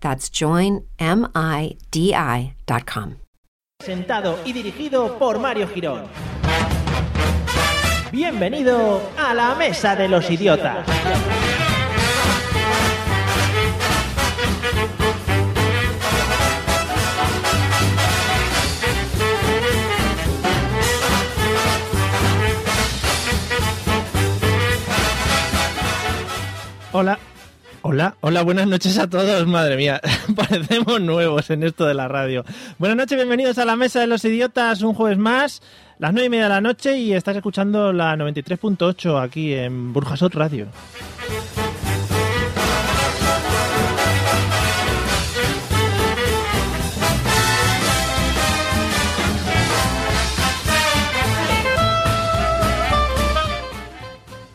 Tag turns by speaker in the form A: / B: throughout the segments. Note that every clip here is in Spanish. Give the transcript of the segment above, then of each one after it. A: That's joinmidi.com.
B: Presentado y dirigido por Mario Girón. Bienvenido a la Mesa de los Idiotas.
C: Hola, hola, hola, buenas noches a todos, madre mía, parecemos nuevos en esto de la radio. Buenas noches, bienvenidos a la Mesa de los Idiotas, un jueves más, las nueve y media de la noche y estás escuchando la 93.8 aquí en Burjasot Radio.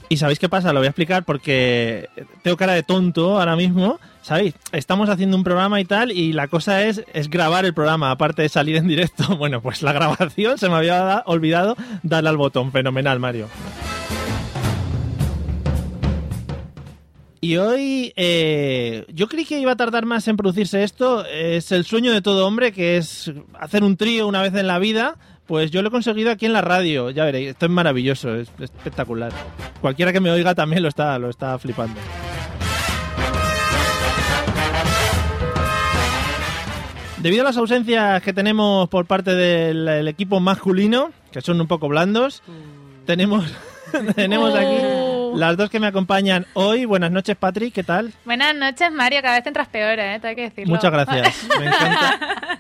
C: Y sabéis qué pasa, lo voy a explicar porque tengo cara de tonto ahora mismo. ¿Sabéis? Estamos haciendo un programa y tal, y la cosa es, es grabar el programa, aparte de salir en directo. Bueno, pues la grabación se me había da- olvidado darle al botón. Fenomenal, Mario. Y hoy eh, yo creí que iba a tardar más en producirse esto. Es el sueño de todo hombre, que es hacer un trío una vez en la vida. Pues yo lo he conseguido aquí en la radio. Ya veréis, esto es maravilloso, es espectacular. Cualquiera que me oiga también lo está, lo está flipando. Debido a las ausencias que tenemos por parte del el equipo masculino, que son un poco blandos,
D: Mm.
C: tenemos, tenemos aquí
D: Oh.
C: las dos que me acompañan hoy. Buenas noches, Patrick, ¿qué tal?
D: Buenas noches, Mario. Cada vez te entras peor, ¿eh? Te hay que decirlo.
C: Muchas gracias. Me encantan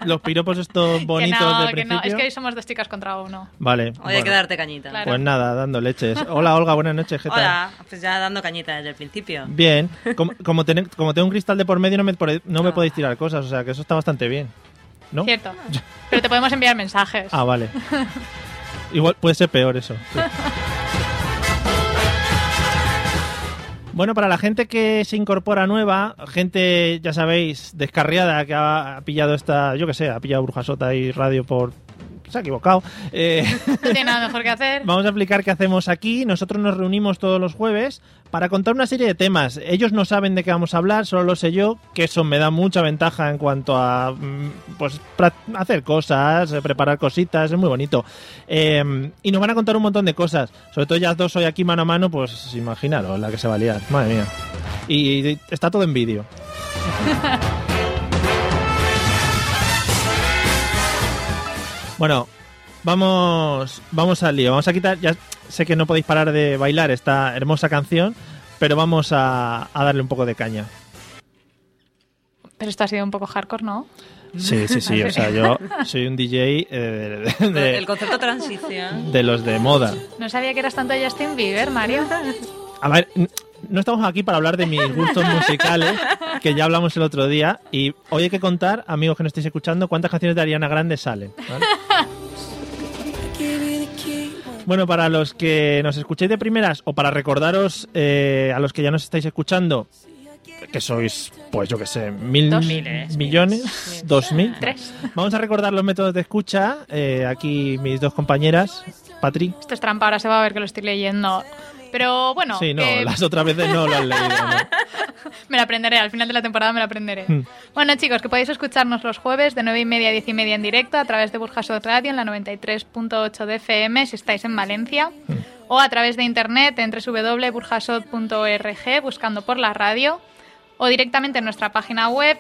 C: los piropos estos bonitos
D: que no,
C: de
D: que
C: principio.
D: no. Es que hoy somos dos chicas contra uno.
C: Vale.
E: Hoy hay que
C: bueno,
E: darte cañita.
D: Claro.
C: Pues nada, dando leches. Hola, Olga, buenas noches, ¿qué tal?
E: Hola, pues ya dando cañita desde el principio.
C: Bien, como, como, tener- como tengo un cristal de por medio no me, pore- no me podéis tirar cosas, o sea que eso está bastante bien. ¿No?
D: Ah. Cierto. Pero te podemos enviar mensajes.
C: Ah, vale. Igual puede ser peor eso. sí. Bueno, para la gente que se incorpora nueva, gente, ya sabéis, descarriada, que ha, ha pillado esta, yo que sé, ha pillado Brujasota y radio por... Se ha equivocado. Eh,
D: No tiene nada mejor que hacer.
C: Vamos a explicar qué hacemos aquí. Nosotros nos reunimos todos los jueves para contar una serie de temas. Ellos no saben de qué vamos a hablar, solo lo sé yo, que eso me da mucha ventaja en cuanto a mm, pues pra- hacer cosas, eh, preparar cositas, es muy bonito. Eh, y nos van a contar un montón de cosas. Sobre todo ya dos hoy aquí mano a mano, pues imaginaros la que se va a liar. Madre mía. Y, y está todo en vídeo. Bueno, vamos, vamos al lío. Vamos a quitar. Ya sé que no podéis parar de bailar esta hermosa canción, pero vamos a, a darle un poco de caña.
D: Pero esto ha sido un poco hardcore, ¿no?
C: Sí, sí, sí. O sea, yo soy un DJ eh, de,
E: El
C: de-
E: concepto transición.
C: de los de moda.
D: No sabía que eras tanto Justin Bieber, Mario.
C: A ver, n- no estamos aquí para hablar de mis gustos musicales, que ya hablamos el otro día. Y hoy hay que contar, amigos que no estáis escuchando, cuántas canciones de Ariana Grande salen. ¿vale? Bueno, para los que nos escuchéis de primeras o para recordaros eh, a los que ya nos estáis escuchando, que sois, pues yo qué sé, mil
D: Dos ¿eh?
E: miles,
C: millones, dos mil.
D: Tres.
C: Vamos a recordar los métodos de escucha. eh, aquí mis dos compañeras, Patri.
D: Esto es trampa, ahora se va a ver que lo estoy leyendo. Pero bueno, eh,
C: sí, no,
D: que
C: las otras veces no lo han leído. ¿no?
D: me la aprenderé. Al final de la temporada me la aprenderé.
C: Hmm.
D: Bueno, chicos, que podéis escucharnos los jueves de 9 y media a 10 y media en directo a través de Burjasot Radio en la 93.8 de FM si estáis en Valencia o a través de internet en www.burjasot.org buscando por la radio o directamente en nuestra página web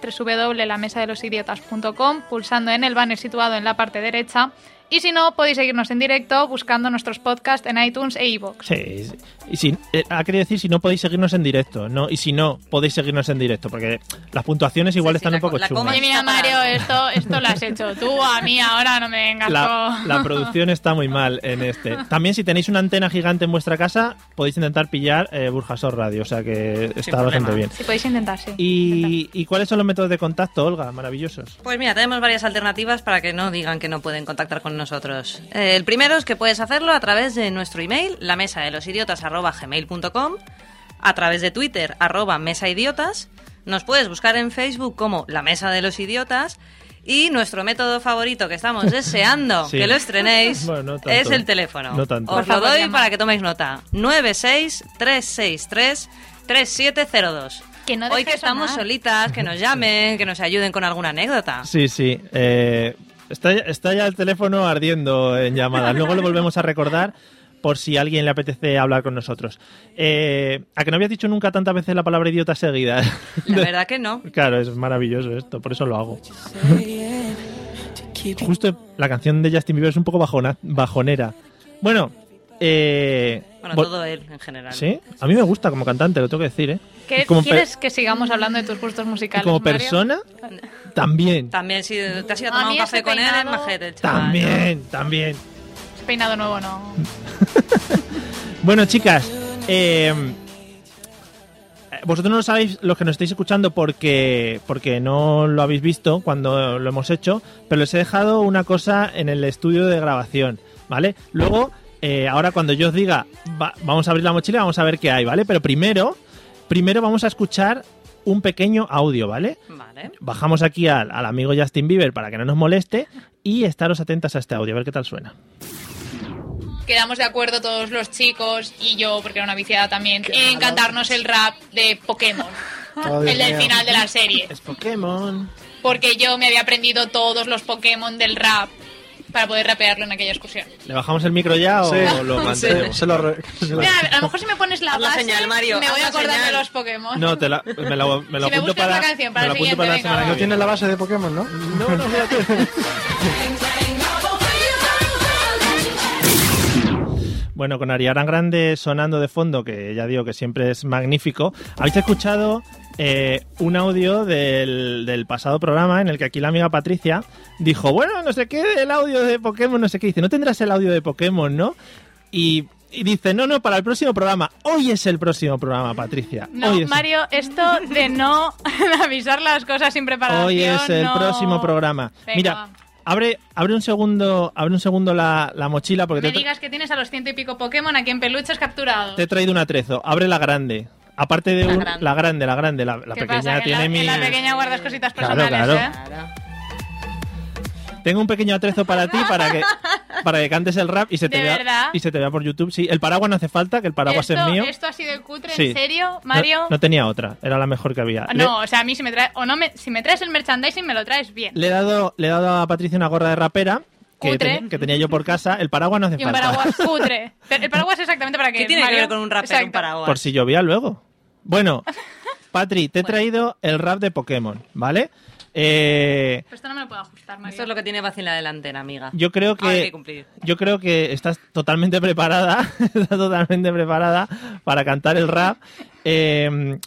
D: www.lamesadelosidiotas.com pulsando en el banner situado en la parte derecha. Y si no, podéis seguirnos en directo buscando nuestros podcasts en iTunes e iVoox.
C: Sí, sí. y si, eh, ha querido decir si no podéis seguirnos en directo, ¿no? Y si no, podéis seguirnos en directo, porque las puntuaciones igual
E: Sí, sí,
C: están
E: la
C: un poco
E: co- la
C: chungas.
E: coma
D: Oye, mira, Mario, esto, esto lo has hecho tú, a mí ahora no me vengas
C: La,
D: con-
C: la producción está muy mal en este. También si tenéis una antena gigante en vuestra casa, podéis intentar pillar eh, Burjasor Radio, o sea que está bastante
E: problema.
C: bien.
D: Sí, podéis intentar, sí.
C: ¿Y, ¿Y cuáles son los métodos de contacto, Olga? Maravillosos.
E: Pues mira, tenemos varias alternativas para que no digan que no pueden contactar con nosotros. Eh, el primero es que puedes hacerlo a través de nuestro email, la mesa de los idiotas a través de Twitter, arroba mesaidiotas, nos puedes buscar en Facebook como la mesa de los idiotas y nuestro método favorito que estamos deseando
C: Sí.
E: que lo estrenéis
C: Bueno, no tanto.
E: es el teléfono.
C: No tanto.
E: Os
D: Por
E: lo
D: favor,
E: doy
D: llama.
E: para que toméis nota. 963633702.
D: Que no deje
E: Hoy que
D: de
E: estamos
D: sonar.
E: solitas, que nos llamen, que nos ayuden con alguna anécdota.
C: Sí, sí. eh, está, está ya el teléfono ardiendo en llamadas. Luego lo volvemos a recordar por si a alguien le apetece hablar con nosotros. Eh, ¿A que no habías dicho nunca tantas veces la palabra idiota seguida?
E: La verdad que no.
C: Claro, es maravilloso esto, por eso lo hago. Justo la canción de Justin Bieber es un poco bajona- bajonera. Bueno, eh,
E: Bueno,
C: vol-
E: todo él en general.
C: ¿sí? A mí me gusta como cantante, lo tengo que decir, ¿eh?
D: ¿Qué-
C: Y como pe-
D: ¿Quieres que sigamos hablando de tus gustos
C: y
D: musicales,
C: como
D: Mario?
C: persona, también.
E: También si te has ido a
D: A
E: tomar
D: mí
E: un
D: ese
E: café con él, es
D: peinado-
E: majete el chaval.
C: También, también.
D: Peinado nuevo, no.
C: Bueno, chicas, eh, vosotros no lo sabéis, los que nos estáis escuchando, porque, porque no lo habéis visto cuando lo hemos hecho, pero les he dejado una cosa en el estudio de grabación, ¿vale? Luego, eh, ahora cuando yo os diga, va- vamos a abrir la mochila, vamos a ver qué hay, ¿vale? Pero primero, primero vamos a escuchar un pequeño audio, ¿vale?
E: Vale.
C: Bajamos aquí al, al amigo Justin Bieber para que no nos moleste y estaros atentas a este audio, a ver qué tal suena.
D: Quedamos de acuerdo todos los chicos y yo, porque era una viciada también, en cantarnos el rap de Pokémon. el del final de la serie.
C: Es Pokémon.
D: Porque yo me había aprendido todos los Pokémon del rap para poder rapearlo en aquella excursión.
C: ¿Le bajamos el micro ya o lo mantenemos?
F: Se lo re- se lo-
D: Mira, a lo mejor si me pones la
E: Haz la
D: base,
E: señal, Mario,
D: me voy
E: haz la
D: acordando de
E: señal.
D: los Pokémon.
C: No, te la, me la, me la
D: Si me
C: apunto
D: buscas
C: para,
D: la canción para
C: me la
D: el
C: apunto para la semana
D: siguiente, venga,
C: que
F: No
D: va.
C: viene.
F: tiene la base de Pokémon, ¿no?
C: No, no, mira tú. Bueno, con Ariana Grande sonando de fondo, que ya digo que siempre es magnífico. Habéis escuchado eh, un audio del, del pasado programa en el que aquí la amiga Patricia dijo, bueno, no sé qué, el audio de Pokémon, no sé qué. Dice, no tendrás el audio de Pokémon, ¿no? Y, y dice, no, no, para el próximo programa. Hoy es el próximo programa, Patricia.
D: No,
C: Hoy es-
D: Mario, esto de no avisar las cosas sin preparación.
C: Hoy es el
D: no.
C: próximo programa.
D: Venga,
C: Mira,
D: va.
C: abre, abre un segundo, abre un segundo la, la mochila porque te,
D: Me
C: he tra-
D: digas que tienes a los ciento y pico Pokémon aquí en peluches capturados.
C: te he traído un atrezo. Abre la grande. Aparte de
E: La
C: un-
E: grande.
C: la grande, la grande, la, la
D: ¿Qué
C: pequeña
D: pasa? Que en
C: tiene
D: la,
C: mi.
D: en la pequeña guardas cositas
C: Claro,
D: personales,
C: claro.
D: ¿eh?
E: Claro.
C: Tengo un pequeño atrezo para ti para que para que cantes el rap y se te
D: ¿De
C: vea
D: verdad?
C: y se te vea por YouTube. Sí, el paraguas no hace falta, que el paraguas
D: esto,
C: es mío.
D: esto ha sido el cutre,
C: Sí.
D: ¿en serio,
C: No-
D: Mario?
C: No, tenía otra, era la mejor que había.
D: Ah,
C: Le-
D: no, o sea, a mí si me traes, o no me, si me traes el merchandising me lo traes bien.
C: Le, he dado le he dado a Patricia una gorra de rapera que,
D: Cutre.
C: tenía- que tenía yo por casa. El paraguas no hace
D: Y un
C: falta.
D: paraguas cutre. Pero el paraguas exactamente para que
E: ¿Qué tiene
D: Mario-
E: que ver con un rapero un
D: Exacto.
E: paraguas?
C: Por si llovía luego. Bueno, Patri, te he traído el rap de Pokémon, ¿ale? Eh,
D: Pero esto no me lo puedo ajustar, Mario.
E: Esto es lo que tiene fácil la delantera, amiga.
C: yo creo
E: Ahora hay
C: que
E: que cumplir.
C: yo creo que estás totalmente preparada, estás totalmente preparada para cantar el rap. Eh,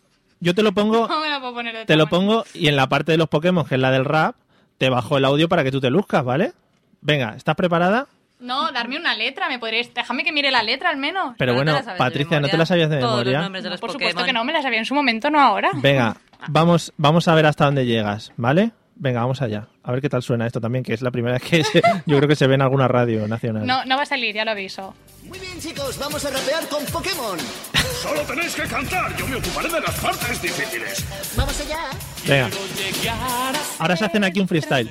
C: yo te lo pongo,
D: No me lo puedo poner de
C: te lo
D: tamaño.
C: pongo y en la parte de los Pokémon, que es la del rap, te bajo el audio para que tú te luzcas, ¿vale? Venga, ¿estás preparada?
D: No, darme una letra, me podrías... Déjame que mire la letra al menos.
C: Pero
E: No te
C: bueno,
E: la sabes de
C: Patricia, ¿no te
E: memoria.
C: la sabías de
E: Todos los
C: memoria?
E: nombres de
D: No,
E: los
D: por supuesto
E: Pokémon.
D: que no, me la sabía en su momento, no ahora.
C: Venga, vamos, vamos a ver hasta dónde llegas, ¿vale? Venga, vamos allá. A ver qué tal suena esto también, que es la primera vez que se- yo creo que se ve en alguna radio nacional.
D: No, no va a salir, ya lo aviso.
G: Muy bien, chicos, vamos a rapear con Pokémon.
H: Solo tenéis que cantar, yo me ocuparé de las partes difíciles.
G: Vamos allá.
C: Venga. Ahora se hacen aquí un freestyle.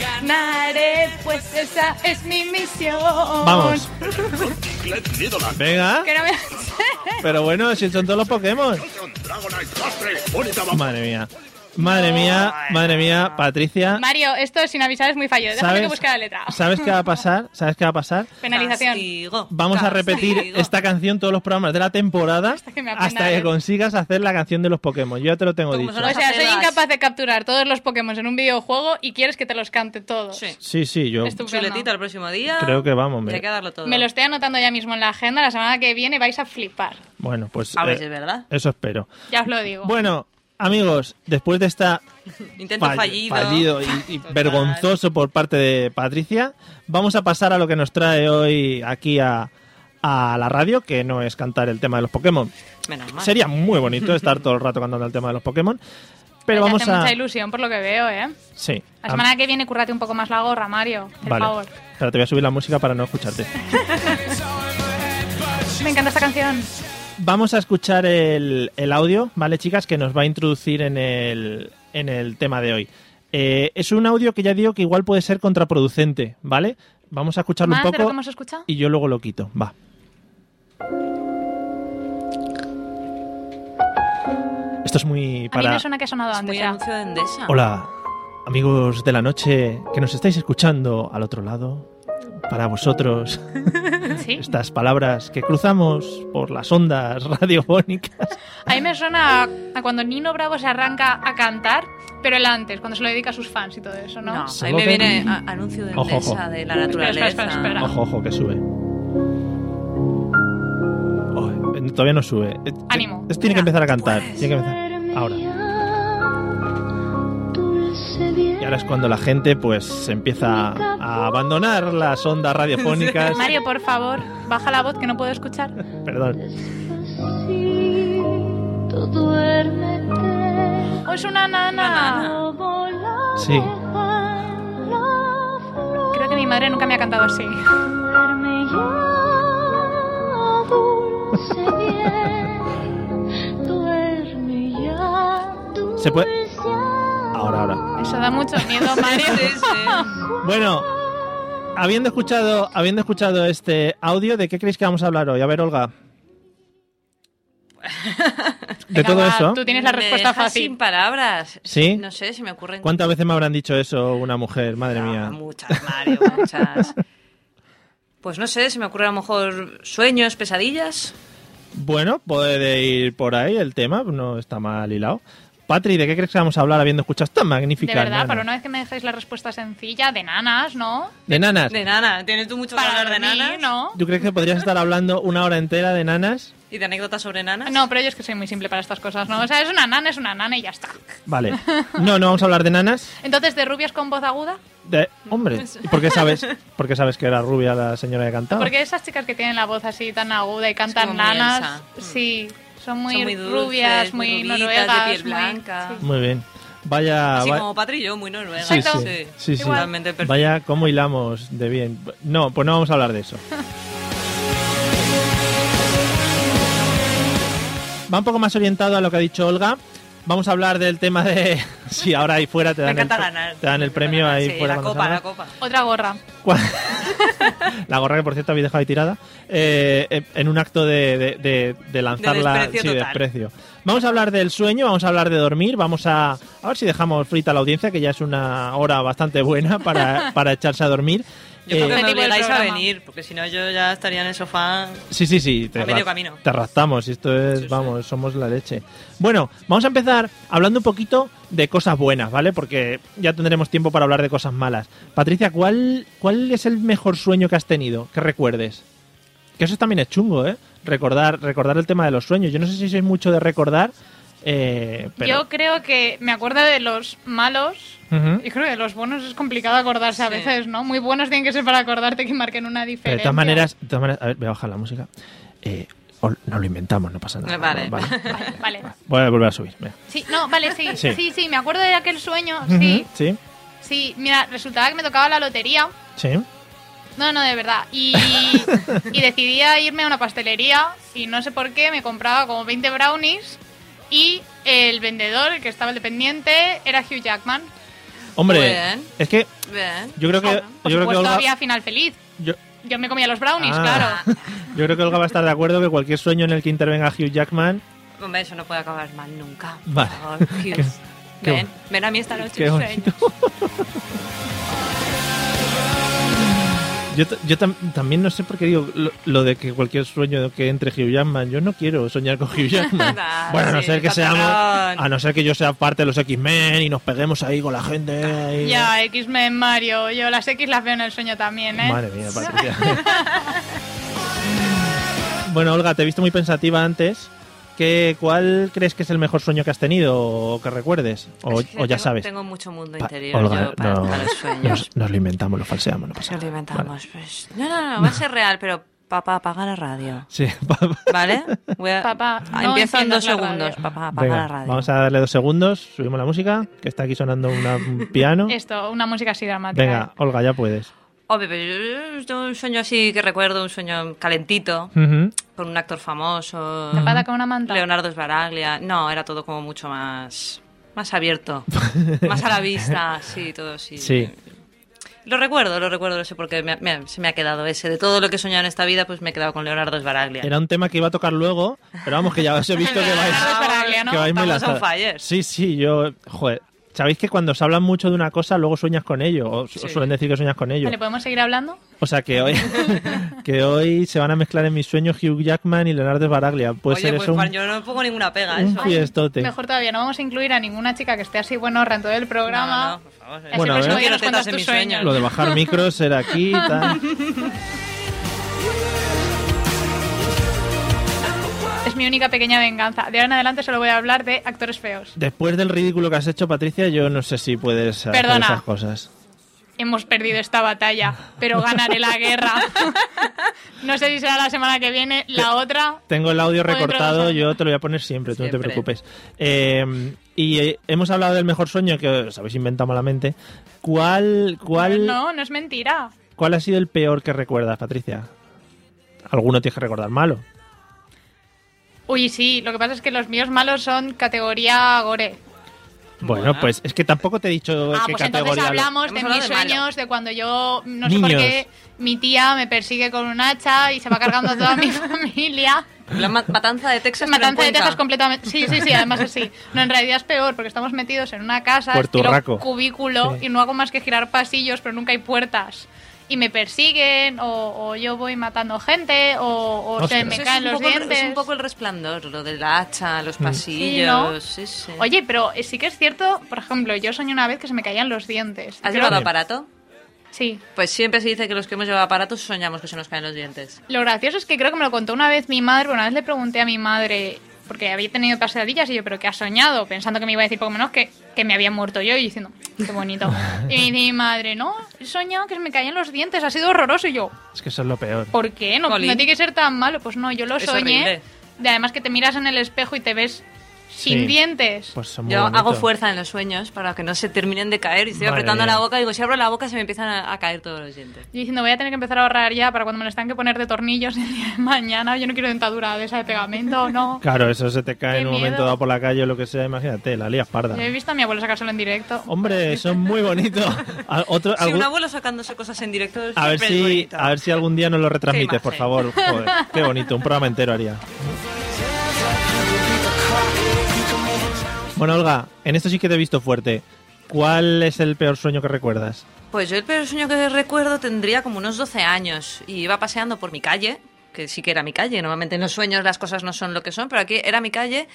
D: Ganaré, pues esa es mi misión.
C: Vamos.
H: Diglett, Nidolan,
C: Venga.
D: Que no me...
C: Pero bueno, si son todos los Pokémon.
H: Dragonite, Dragonite, Rastre, Bonita Bamba,
C: Madre mía. Madre mía, madre mía, Patricia.
D: Mario, esto sin avisar es muy fallo. Déjame que busque la letra.
C: ¿Sabes qué va a pasar? ¿Sabes qué va a pasar?
D: Penalización.
E: Castigo,
C: Vamos a
E: castigo.
C: repetir esta canción todos los programas de la temporada hasta
D: que
C: que,
D: me ¿eh? apenaren.
C: consigas hacer la canción de los Pokémon. Yo ya te lo tengo
E: Como
C: dicho.
E: son
D: O
E: las
D: sea, soy
E: acebas.
D: incapaz de capturar todos los Pokémon en un videojuego y quieres que te los cante todos.
E: Sí.
C: Sí, sí, yo
D: Estupendo.
E: Chuletita el próximo día.
C: creo que vamos. me-
E: Hay que darlo todo.
D: Me lo estoy anotando ya mismo en la agenda. La semana que viene vais a flipar.
C: Bueno, pues
E: A
C: eh,
E: ver si es Ah, verdad.
C: eso espero.
D: Ya os lo digo.
C: Bueno, amigos, después de esta
E: Intento
C: fall-
E: fallido.
C: fallido y, y vergonzoso por parte de Patricia, vamos a pasar a lo que nos trae hoy aquí a, a la radio, que no es cantar el tema de los Pokémon.
E: Menos mal.
C: Sería muy bonito estar todo el rato cantando el tema de los Pokémon. Pero
D: Ya
C: vamos
D: hace
C: a.
D: mucha ilusión por lo que veo, ¿eh?
C: Sí.
D: La
C: a-
D: semana que viene currate un poco más la gorra, Mario. Por
C: Vale.
D: favor.
C: Pero te voy a subir la música para no escucharte.
D: Me encanta esta canción.
C: Vamos a escuchar el, el audio, ¿vale, chicas? Que nos va a introducir en el, en el tema de hoy. Eh, es un audio que ya digo que igual puede ser contraproducente, ¿vale? Vamos a escucharlo
D: ¿Más
C: un
D: de lo que
C: poco
D: hemos escuchado?
C: y yo luego lo quito. Va. Esto es muy
D: A mí
C: para...
D: me suena que ha sonado
E: Es
D: antes.
E: muy
D: ya.
E: anuncio de Endesa.
C: Hola, amigos de la noche que nos estáis escuchando al otro lado. Para vosotros,
D: ¿Sí?
C: estas palabras que cruzamos por las ondas radiofónicas.
D: A mí me suena a- a cuando Nino Bravo se arranca a cantar, pero el antes, cuando se lo dedica a sus fans y todo eso, ¿no?
E: No, a mí
C: Solo
E: me
C: que-
E: viene a- anuncio de
C: Ojo,
E: Endesa
C: ojo.
E: de la
D: Espera, espera,
E: naturaleza.
D: espera, espera.
C: Ojo, ojo, que sube. Oh, eh, todavía no sube. Eh,
D: Ánimo.
C: Esto tiene que empezar a cantar. Tiene que empezar. Ahora. Y ahora es cuando la gente pues se empieza a abandonar las ondas radiofónicas.
D: Mario, por favor, baja la voz que no puedo escuchar.
C: Perdón.
D: ¡Oh, es una nana!
C: Sí.
D: Creo que mi madre nunca me ha cantado así.
C: Se puede. Ahora, ahora.
D: Eso da mucho miedo, Mario.
E: Sí, sí.
C: Bueno, habiendo escuchado, habiendo escuchado este audio, ¿de qué creéis que vamos a hablar hoy? A ver, Olga. De
D: Venga,
C: todo
D: va,
C: eso.
D: Tú tienes la
E: Me
D: respuesta
E: dejas
D: fácil.
E: Sin palabras.
C: ¿Sí?
E: No sé, se me ocurren.
C: ¿Cuántas veces me habrán dicho eso una mujer? Madre
E: Ah,
C: mía.
E: Muchas, Mario, muchas. Pues no sé, se me ocurre a lo mejor sueños, pesadillas.
C: Bueno, puede ir por ahí el tema, no está mal hilado. Patri, ¿de qué crees que vamos a hablar habiendo escuchado esta magnífica
D: De verdad,
C: nana?
D: para una vez que me dejáis la respuesta sencilla, de nanas, ¿no?
C: ¿De nanas?
E: De nana. ¿Tienes tú mucho que
D: Para
E: hablar de
D: dormir,
E: nanas?
D: ¿no?
C: ¿Tú crees que podrías estar hablando una hora entera de nanas?
E: ¿Y de anécdotas sobre nanas?
D: No, pero yo es que soy muy simple para estas cosas, ¿no? O sea, es una nana, es una nana y ya está.
C: Vale. No, no vamos a hablar de nanas.
D: Entonces, ¿de rubias con voz aguda?
C: De... Hombre, ¿y por qué sabes, por qué sabes que era rubia la señora que cantaba?
D: Porque esas chicas que tienen la voz así tan aguda y cantan
E: Oh. como muy
D: nanas,
E: Elsa. Mm.
D: sí, son muy,
E: Son muy dulces,
D: rubias,
E: muy
D: muy
E: rubitas, de
D: noruegas,
E: piel
D: muy-
E: blanca.
D: sí.
C: Muy bien. Vaya,
E: Así
C: va-
E: como patrillo, muy noruega.
C: Ah, sí,
D: Exacto.
C: sí, sí, sí.
E: Totalmente perfecto.
C: Vaya, cómo hilamos de bien. No, pues no vamos a hablar de eso. Va un poco más orientado a lo que ha dicho Olga. Vamos a hablar del tema de si ahora ahí fuera te
E: Me
C: dan, el,
E: encanta
C: pre-
E: ganar.
C: te dan el
E: Me
C: premio
E: encanta
C: ahí
E: ganar. Sí,
C: fuera.
E: La
C: cuando
E: copa, la
C: salgas.
E: copa.
D: Otra gorra.
C: Cua- la gorra que por cierto habéis dejado ahí tirada eh, eh, en un acto de, de- de- de lanzarla
E: De desprecio
C: sí,
E: total.
C: desprecio. Vamos a hablar del sueño, vamos a hablar de dormir, vamos a, a ver si dejamos frita a la audiencia, que ya es una hora bastante buena para, para echarse a dormir.
E: Yo
C: Eh,
E: creo que me
D: Objetivo del
E: obligáis a
D: programa.
E: venir, porque si no yo ya estaría en el sofá.
C: Sí, sí, sí.
E: A medio
C: ra-
E: camino.
C: Te raptamos. y Esto es, vamos, somos la leche. Bueno, vamos a empezar hablando un poquito de cosas buenas, ¿vale? Porque ya tendremos tiempo para hablar de cosas malas. Patricia, ¿cuál, cuál es el mejor sueño que has tenido? Que recuerdes. Que eso también es chungo, ¿eh? Recordar, recordar el tema de los sueños. Yo no sé si sois mucho de recordar, eh, pero...
D: Yo creo que me acuerdo de los malos.
C: Ujú.
D: Y creo que de los buenos es complicado acordarse a
E: Sí.
D: veces, ¿no? Muy buenos tienen que ser para acordarte que marquen una diferencia.
C: Pero de todas maneras, de todas maneras- a ver, voy a bajar la música. Eh, ol- no lo inventamos, no pasa nada.
E: Vale.
D: Vale, vale.
C: Voy a volver a subir. venga.
D: Sí, no, vale, sí,
C: Sí.
D: sí. Sí, me acuerdo de aquel sueño. Sí,
C: Ujú, Sí,
D: sí. Mira, resultaba que me tocaba la lotería.
C: sí.
D: No, no, de verdad. Y, y decidí a irme a una pastelería y no sé por qué me compraba como 20 brownies y el vendedor, el que estaba el dependiente, era Hugh Jackman.
C: Hombre,
E: Muy bien.
C: es que
E: Bien.
C: Yo creo que,
D: Bueno, por
C: yo creo que
D: supuesto
C: Olga.
D: había final feliz.
C: yo-
D: Yo me comía los brownies,
C: Ah.
D: claro.
C: yo creo que Olga va a estar de acuerdo que cualquier sueño en el que intervenga Hugh Jackman.
E: Hombre, eso no puede acabar mal nunca.
C: Vale.
E: Por favor, Hugh.
C: Qué
E: Ven, ven a mí esta noche.
C: Qué bonito. Yo, ta- yo tam- también no sé por qué digo lo, lo de que cualquier sueño que entre Hugh Jackman, yo no quiero soñar con Hugh Jackman.
E: Nah,
C: bueno, a no
E: sí,
C: ser que seamos,
E: patrón.
C: a no ser que yo sea parte de los X-Men y nos peguemos ahí con la gente. ahí.
D: Ya, X-Men Mario. Yo las X las veo en el sueño también, ¿eh?
C: Madre mía, Patricia. bueno, Olga, te he visto muy pensativa antes. ¿Qué, ¿Cuál crees que es el mejor sueño que has tenido o que recuerdes? O,
E: Es que
C: o ya
E: tengo-
C: sabes.
E: Tengo mucho mundo
C: Pa-
E: interior
C: Olga,
E: yo para,
C: no,
E: para los sueños.
C: Nos, nos lo inventamos, lo falseamos, no pasa
E: Nos lo
C: nada. Vale.
E: inventamos. pues. No, no, no, va a ser real, pero papá, apaga la radio.
C: Sí, va-
E: ¿Vale? Voy a-
D: Papá,
E: Ah,
D: no
E: empiezo en
D: enciendas
E: dos
D: la
E: segundos.
D: radio.
E: Papá, apaga
C: Venga,
E: la radio.
C: vamos a darle dos segundos, subimos la música, que está aquí sonando una- un piano.
D: Esto, una música así dramática. ¿eh?
C: Venga, Olga, ya puedes.
E: Hombre, pero yo tengo un sueño así que recuerdo, un sueño calentito,
C: Ujú.
E: con un actor famoso.
D: Tapada con una manta.
E: Leonardo Sbaraglia. No, era todo como mucho más, más abierto. más a la vista, sí, todo así.
C: Sí,
E: Lo recuerdo, lo recuerdo, no sé por qué me- me- se me ha quedado ese. De todo lo que he soñado en esta vida, pues me he quedado con Leonardo Sbaraglia.
C: era un tema que iba a tocar luego, pero vamos, que ya os he visto que vais,
D: Leonardo Sbaraglia, ¿no?
C: que vais muy
E: Estamos on
C: lanzadas.
E: fire.
C: Sí, sí, yo... Joder, ¿sabéis que cuando se hablan mucho de una cosa, luego sueñas con ello? O su-
E: Sí.
C: suelen decir que sueñas con ello.
D: Vale, ¿podemos seguir hablando?
C: O sea, que hoy, que hoy se van a mezclar en mis sueños Hugh Jackman y Leonardo Baraglia. Puede
E: Oye,
C: ser
E: pues
C: eso un,
E: Juan, yo no pongo ninguna pega a
C: un
E: eso.
C: fiestote.
D: Mejor todavía, no vamos a incluir a ninguna chica que esté así buenorra en todo el programa.
E: No, no, por favor.
D: Así
C: Bueno, a
D: el próximo
C: ver.
D: día nos
E: Quiero tetas
D: cuentas
E: en
D: tus
E: mis
D: sueños.
E: sueños.
C: Lo de bajar micros era aquí y tal.
D: Es mi única pequeña venganza. De ahora en adelante solo voy a hablar de actores feos.
C: Después del ridículo que has hecho, Patricia, yo no sé si puedes hacer
D: Perdona.
C: esas cosas.
D: Hemos perdido esta batalla, pero ganaré la guerra. no sé si será la semana que viene, la otra.
C: Tengo el audio
D: Joder,
C: recortado,
D: Rosa.
C: yo te lo voy a poner siempre, tú no te
E: Siempre.
C: preocupes. Eh, y eh, hemos hablado del mejor sueño que os habéis inventado malamente. ¿Cuál, cuál,
D: No, no es mentira.
C: ¿Cuál ha sido el peor que recuerdas, Patricia? Alguno tienes que recordar malo.
D: Uy, sí, lo que pasa es que los míos malos son categoría gore.
C: Bueno,
E: Bueno.
C: pues es que tampoco te he dicho
D: Ah,
C: qué
D: pues entonces
C: categoría. lo-
D: hablamos de
E: Hemos hablado
D: mis
E: de malo.
D: sueños, de cuando yo, no sé
C: Niños.
D: por qué, mi tía me persigue con un hacha y se va cargando a toda mi familia.
E: La ma- matanza de Texas. pero en
D: Matanza de
E: Cuenca.
D: Texas completamente. Sí, sí, sí, además así. No, en realidad es peor porque estamos metidos en una casa,
C: Puerto
D: estilo
C: Rico.
D: cubículo,
C: Sí.
D: y no hago más que girar pasillos, pero nunca hay puertas. Y me persiguen, o, o yo voy matando gente, o, o
C: Ostras.
D: se me
E: Eso
D: caen
E: es,
D: los
E: un poco, el-
D: dientes.
E: es un poco el resplandor, lo de la hacha, los
C: Mm.
E: pasillos. Sí, sí.
D: Oye, pero eh, sí que es cierto, por ejemplo, yo soñé una vez que se me caían los dientes.
E: ¿has
D: Creo-
E: llevado aparato?
D: Sí.
E: Pues siempre se dice que los que hemos llevado aparatos soñamos que se nos caen los dientes.
D: Lo gracioso es que creo que me lo contó una vez mi madre, una vez le pregunté a mi madre, porque había tenido pasadillas y yo, pero ¿qué has soñado? Pensando que me iba a decir poco menos que, que me había muerto yo y diciendo, qué bonito. Y me dice mi madre, no, he soñado que se me caían los dientes, ha sido horroroso y yo,
C: Es que eso es lo peor.
E: Pues
D: ¿por qué? No, no
E: Jolín.
D: tiene que ser tan malo. Pues no, yo lo
E: Es
D: soñé.
E: horrible.
D: De además que te miras en el espejo y te ves sin
C: Sí.
D: dientes.
C: Pues son muy
E: Yo hago
C: bonitos.
E: fuerza en los sueños para que no se terminen de caer y estoy
C: Madre
E: apretando
C: mía.
E: la boca y digo, si abro la boca se me empiezan a, a caer todos los dientes.
D: Yo diciendo, voy a tener que empezar a ahorrar ya para cuando me los tengan que poner de tornillos el día de mañana. Yo no quiero dentadura de esa de pegamento, no.
C: Claro, eso se te cae
D: Qué
C: en un momento
D: miedo.
C: dado por la calle o lo que sea, imagínate, la lías parda.
D: Yo he visto a mi abuelo sacárselo en directo.
C: Hombre, son muy bonitos. A, otro-
E: Si un
C: algún-
E: abuelo sacándose cosas en directo es
C: a ver
E: súper
C: si,
E: bonito.
C: a ver si algún día nos lo retransmites,
E: Qué
C: por favor.
E: imagen.
C: Joder, qué bonito, un programa entero haría. Bueno, Olga, en esto sí que te he visto fuerte. ¿Cuál es el peor sueño que recuerdas?
E: Pues yo el peor sueño que recuerdo tendría como unos 12 años y iba paseando por mi calle, que sí que era mi calle, normalmente en los sueños las cosas no son lo que son, pero aquí era mi calle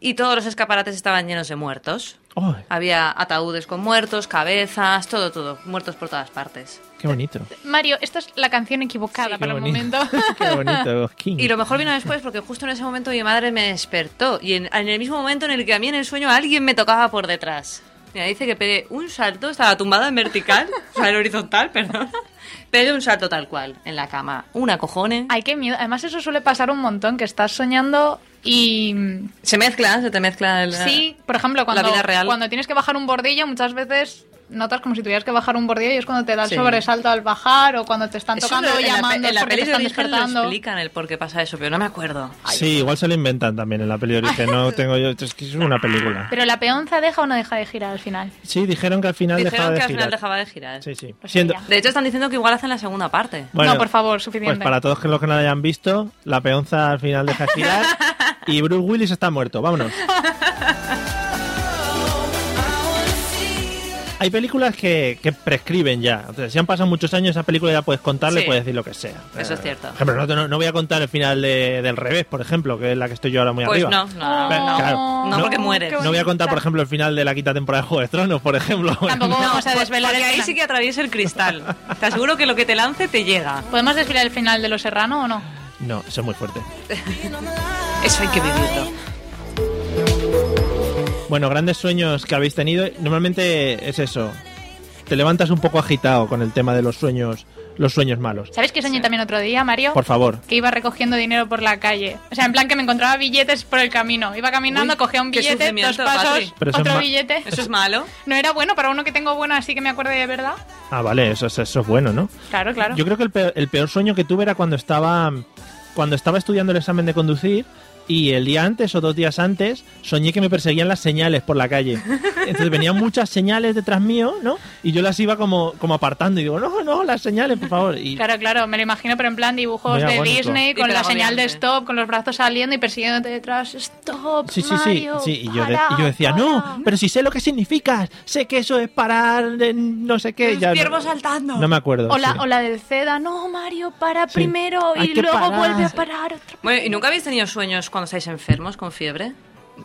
E: y todos los escaparates estaban llenos de muertos.
C: Oh,
E: Había ataúdes con muertos, cabezas, todo, todo, muertos por todas partes.
C: qué bonito.
D: Mario, esta es la canción equivocada
C: Qué
D: para el
C: bonito.
D: momento.
C: qué bonito, King.
E: Y lo mejor vino después porque justo en ese momento mi madre me despertó y en, en el mismo momento en el que a mí en el sueño alguien me tocaba por detrás. Mira, dice que pegué un salto, estaba tumbada en vertical, o sea, en horizontal, perdón. Pegué un salto tal cual, en la cama. Una cojones.
D: Ay, qué miedo. Además, eso suele pasar un montón, que estás soñando y... mm,
E: Se mezcla, se te mezcla el...
D: Sí, por ejemplo, cuando,
E: vida real.
D: cuando tienes que bajar un bordillo, muchas veces notas como si tuvieras que bajar un bordillo y es cuando te da el
E: Sí.
D: sobresalto al bajar o cuando te están
E: Eso
D: tocando
E: lo-
D: o
E: en la pe-
D: llamando
E: En la,
D: porque
E: peli
D: te
E: de
D: están
E: origen lo
D: despertando.
E: explican el por qué pasa eso, pero no me acuerdo.
C: Sí, igual se lo inventan también en la peli de origen. No tengo yo. Es que es una película.
D: Pero la peonza deja o no deja de girar al final.
C: Sí, dijeron que al final dejaba
E: Dijeron
C: de
E: que al
C: girar.
E: final dejaba de girar.
C: Sí, sí.
D: Pues
C: Siendo-
D: mira.
E: De hecho, están diciendo que igual hacen la segunda parte.
C: Bueno,
D: no, por favor,
C: Pues
D: suficiente.
C: para todos que los que no la hayan visto, la peonza al final deja girar y Bruce Willis está muerto. Vámonos. hay películas que, que prescriben ya. O sea, si han pasado muchos años, esa película ya puedes contarle,
E: Sí.
C: puedes decir lo que sea.
E: Eso es cierto.
C: Por ejemplo, no, te- no- no voy a contar el final de- del revés, por ejemplo, que es la que estoy yo ahora muy
E: Pues
C: arriba.
E: no, no,
C: Pero,
E: no.
C: claro,
E: No, porque mueres.
D: qué
C: No voy a contar, por
D: bonita.
C: ejemplo, el final de la quinta temporada de Juego de Tronos, por ejemplo.
D: Tampoco vamos a
E: por-
D: desvelar el
E: porque ahí
D: final.
E: sí que atraviesa el cristal. Te aseguro que lo que te lance te llega.
D: ¿Podemos desvelar el final de Los Serrano o no?
C: No, eso es muy fuerte.
E: Eso hay que vivirlo.
C: Bueno, grandes sueños que habéis tenido. Normalmente es eso. Te levantas un poco agitado con el tema de los sueños, los sueños malos.
D: ¿Sabes que soñé también otro día, Mario?
C: Por favor.
D: que iba recogiendo dinero por la calle. O sea, en plan que me encontraba billetes por el camino. Iba caminando,
E: Uy,
D: cogía un
E: qué
D: billete, dos
E: sufrimiento,
D: pasos,
E: Patri.
C: Pero eso es
D: otro
C: ma-
D: billete.
E: Eso es malo.
D: No era bueno para uno que tengo bueno, así que me acuerdo de verdad.
C: Ah, vale, eso, eso- eso es bueno, ¿no?
D: Claro, claro.
C: Yo creo que el peor, el peor sueño que tuve era cuando estaba, cuando estaba estudiando el examen de conducir y el día antes o dos días antes soñé que me perseguían las señales por la calle. Entonces venían muchas señales detrás mío, ¿no? Y yo las iba como, como apartando y digo, no, no, las señales, por favor. Y
D: Claro, claro, me lo imagino, pero en plan dibujos
C: Muy
D: de
C: agónico.
D: Disney
E: Y
D: con la
E: pedagogiante.
D: señal de stop, con los brazos saliendo y persiguiéndote detrás. Stop,
C: Sí, sí, sí,
D: Mario,
C: sí. Y yo, de-
D: para,
C: y yo decía, no,
D: para".
C: pero si sé lo que significa, sé que eso es parar, en no sé qué. Ya, no,
E: saltando.
C: no me acuerdo.
D: O la,
C: sí.
D: o la del Ceda, no, Mario, para
C: Sí.
D: primero
C: Hay
D: y
C: que
D: luego
C: parar.
D: vuelve a parar otra vez.
E: Bueno, ¿y nunca habéis tenido sueños cuando estáis enfermos con fiebre?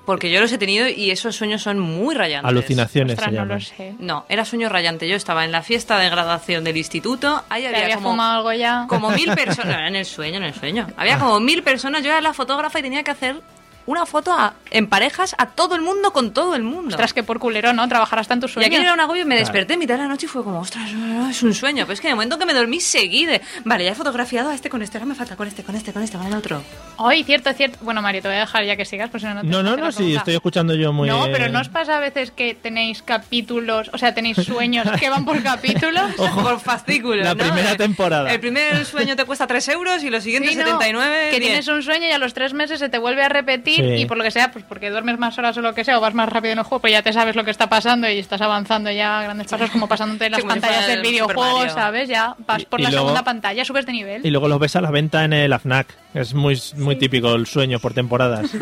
E: Porque yo los he tenido y esos sueños son muy rayantes.
C: Alucinaciones
D: Ostras,
C: se
D: no
C: llaman.
D: lo sé.
E: No, era sueño rayante. Yo estaba en la fiesta de graduación del instituto. Ahí
D: ¿Te
E: había,
D: había
E: como,
D: fumado algo ya?
E: como mil personas. No, era en el sueño, en el sueño. Había como mil personas. Yo era la fotógrafa y tenía que hacer una foto a- en parejas a todo el mundo con todo el mundo.
D: Ostras, que por culero, ¿no? Trabajarás tanto
E: Y
D: sueño.
E: aquí era un agobio y me desperté en mitad de la noche y fue como, ostras, no, no, es un sueño. Pero es que en el momento que me dormí seguí de, vale, ya he fotografiado a este con este, ahora me falta con este, con este, con este, con el otro.
D: Ay, cierto, cierto. Bueno, Mario, te voy a dejar ya que sigas, por si no, no te
C: No, no,
D: te la
C: no, sí,
D: pregunta.
C: estoy escuchando yo muy.
D: No, pero ¿no os pasa a veces que tenéis capítulos, o sea, tenéis sueños que van por capítulos?
E: Por fascículos.
C: La
E: ¿no?
C: primera
E: El-
C: temporada.
E: El primer sueño te cuesta 3 euros y los siguientes
D: Sí, no,
E: 79.
D: que
E: 10.
D: tienes un sueño y a los tres meses se te vuelve a repetir
C: Sí.
D: y por lo que sea, pues porque duermes más horas o lo que sea, o vas más rápido en el juego, pues ya te sabes lo que está pasando y estás avanzando ya a grandes pasos, como pasándote las
E: Como si
D: pantallas
E: fuera
D: del
E: el Super
D: videojuego,
E: Mario.
D: ¿sabes? Ya vas
C: Y-
D: por
C: y
D: la
C: luego-
D: segunda pantalla, subes de nivel.
C: Y luego los ves a la venta en el AFNAC. Es muy, muy típico el sueño por temporadas. Se-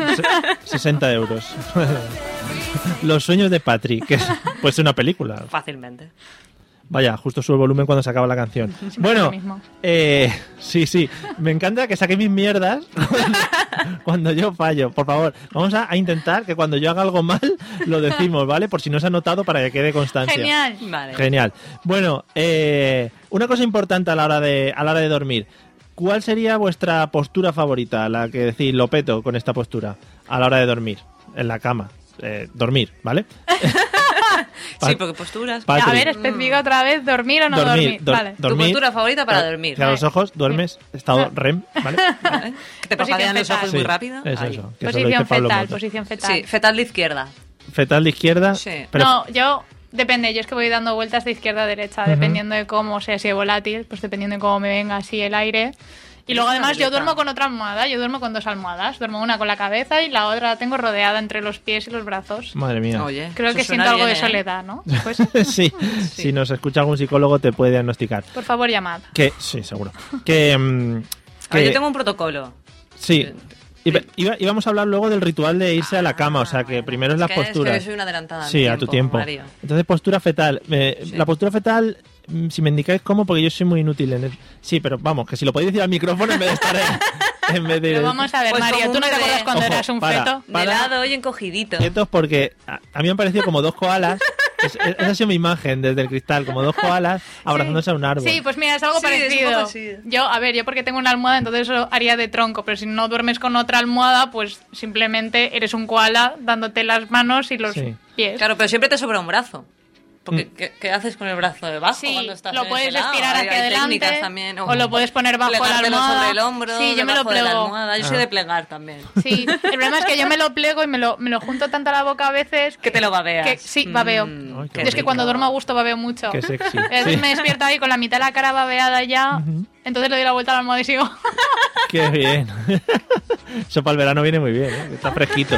C: 60 euros. los sueños de Patri, que es pues una película.
E: Fácilmente.
C: Vaya, justo sube el volumen cuando se acaba la canción.
D: lo
C: Bueno,
D: mismo.
C: eh, sí, sí. Me encanta que saquéis mis mierdas cuando, cuando yo fallo. Por favor, vamos a, a intentar que cuando yo haga algo mal lo decimos, ¿vale? Por si no se ha notado para que quede constancia.
D: Genial.
E: Vale.
C: Genial. Bueno, eh, una cosa importante a la hora de a la hora de dormir. ¿Cuál sería vuestra postura favorita, la que decís lo peto con esta postura a la hora de dormir en la cama? Eh, dormir, ¿vale?
E: Ah, Sí, porque posturas.
C: Pat-
D: A
C: Patri.
D: ver, especifica otra vez, ¿dormir o no dormir?
C: Mm. dormir, dor-
D: vale.
E: tu
C: dormir.
E: postura favorita para dormir.
C: Cierra los ojos, duermes, estado REM, ¿vale?
E: ¿eh? Que te
D: Posición
E: parpadean los
D: fetal.
E: ojos muy rápido.
C: Es
E: Ahí.
C: eso. que eso lo dice
D: Posición
C: Pablo
D: fetal,
C: Motos.
D: posición fetal.
E: Sí, fetal de izquierda.
C: Fetal de izquierda.
E: Sí.
C: pero-
D: No, yo depende, yo es que voy dando vueltas de izquierda a derecha, dependiendo de cómo sea, si es volátil, pues dependiendo de cómo me venga así el aire. Y luego
E: una
D: además yo
E: belleza.
D: duermo con otra almohada, yo duermo con dos almohadas, duermo una con la cabeza y la otra la tengo rodeada entre los pies y los brazos.
C: Madre mía.
E: Oye,
D: Creo
E: eso
D: que
E: suena
D: siento algo
E: bien,
D: de
E: ¿eh?
D: soledad, ¿no? Pues
C: sí, si nos escucha algún psicólogo te puede diagnosticar.
D: por favor llamad.
C: Que sí, seguro. Que, mm,
E: A ver,
C: que-
E: yo tengo un protocolo.
C: Sí. Iba- iba- íbamos a hablar luego del ritual de irse a la cama, o sea que primero es las
E: que Ah, es que
C: posturas.
E: yo soy una adelantada a mi
C: Sí, a tu tiempo.
E: Mario.
C: Entonces, postura fetal. Eh, La postura fetal, mm, si me indicáis cómo, porque yo soy muy inútil en el... Sí, pero vamos, que si lo podéis decir al micrófono en vez de estar en- en vez de...
D: Pero vamos a ver,
E: Pues
D: Mario,
E: como
D: ¿tú
E: un
D: no te
E: bebé.
D: acuerdas cuando
C: Ojo,
D: eras un
C: para.
D: feto?
E: De
C: Para-
E: lado y encogidito.
C: Quietos porque a, a mí me han parecido como dos koalas. Es- es- esa ha sido mi imagen desde el cristal, como dos koalas abrazándose a un árbol.
D: Sí, pues mira, es algo
E: Sí, es un poco
D: parecido.
E: así.
D: Yo, a ver, yo porque tengo una almohada, entonces eso haría de tronco, pero si no duermes con otra almohada, pues simplemente eres un koala dándote las manos y los
C: Sí.
D: pies.
E: Claro, pero siempre te sobra un brazo. Porque,
C: Mm.
E: ¿qué, qué haces con el brazo debajo
D: Sí,
E: cuando estás
D: lo
E: en
D: puedes
E: ese lado?
D: estirar
E: Hay-
D: hacia
E: hay
D: adelante
E: técnicas también,
D: o lo puedes poner bajo la
E: plegártelo
D: almohada.
E: sobre el hombro,
D: Sí, yo me lo
E: debajo de la
D: plego.
E: almohada. Yo
C: Ah.
E: soy de plegar también.
D: Sí, el problema es que yo me lo plego y me lo, me lo junto tanto a la boca a veces
E: Que te lo babeas.
D: que- sí,
E: Mm,
D: babeo.
C: Ay, qué
D: Yo es que
C: rico.
D: cuando duermo a gusto babeo mucho.
C: Qué sexy.
D: A veces
C: Sí.
D: me despierto ahí con la mitad de la cara babeada ya, entonces le doy la vuelta a la almohada y sigo.
C: Qué bien. Eso para el verano viene muy bien, ¿eh? está fresquito.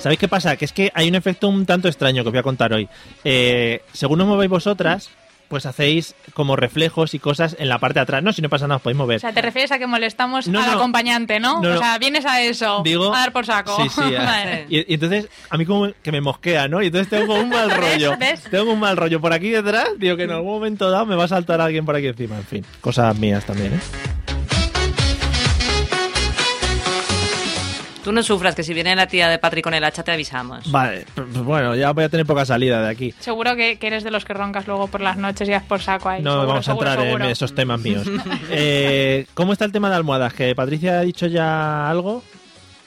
C: ¿Sabéis qué pasa? Que es que hay un efecto un tanto extraño que os voy a contar hoy. Eh, según os movéis vosotras, pues hacéis como reflejos y cosas en la parte de atrás. No, si no pasa nada, os podéis mover.
D: O sea, te refieres a que molestamos
C: No,
D: al
C: no.
D: acompañante, ¿no?
C: No, no.
D: O sea, vienes a eso,
C: Digo-
D: a dar por saco.
C: Sí, sí. a-
D: Vale.
C: y, y entonces, a mí como que me mosquea, ¿no? Y entonces tengo un mal rollo.
D: ¿Ves?
C: Tengo un mal rollo por aquí detrás. Digo que en algún momento dado me va a saltar alguien por aquí encima. En fin, cosas mías también, ¿eh?
E: Tú no sufras, que si viene la tía de Patrick con el hacha te avisamos.
C: Vale, p- p- bueno, ya voy a tener poca salida de aquí.
D: Seguro que, que eres de los que roncas luego por las noches y das por saco ahí.
C: No
D: Seguro,
C: vamos a
D: seguro,
C: entrar
D: seguro.
C: en esos temas míos. Eh, ¿Cómo está el tema de almohadas? ¿Que Patricia ha dicho ya algo?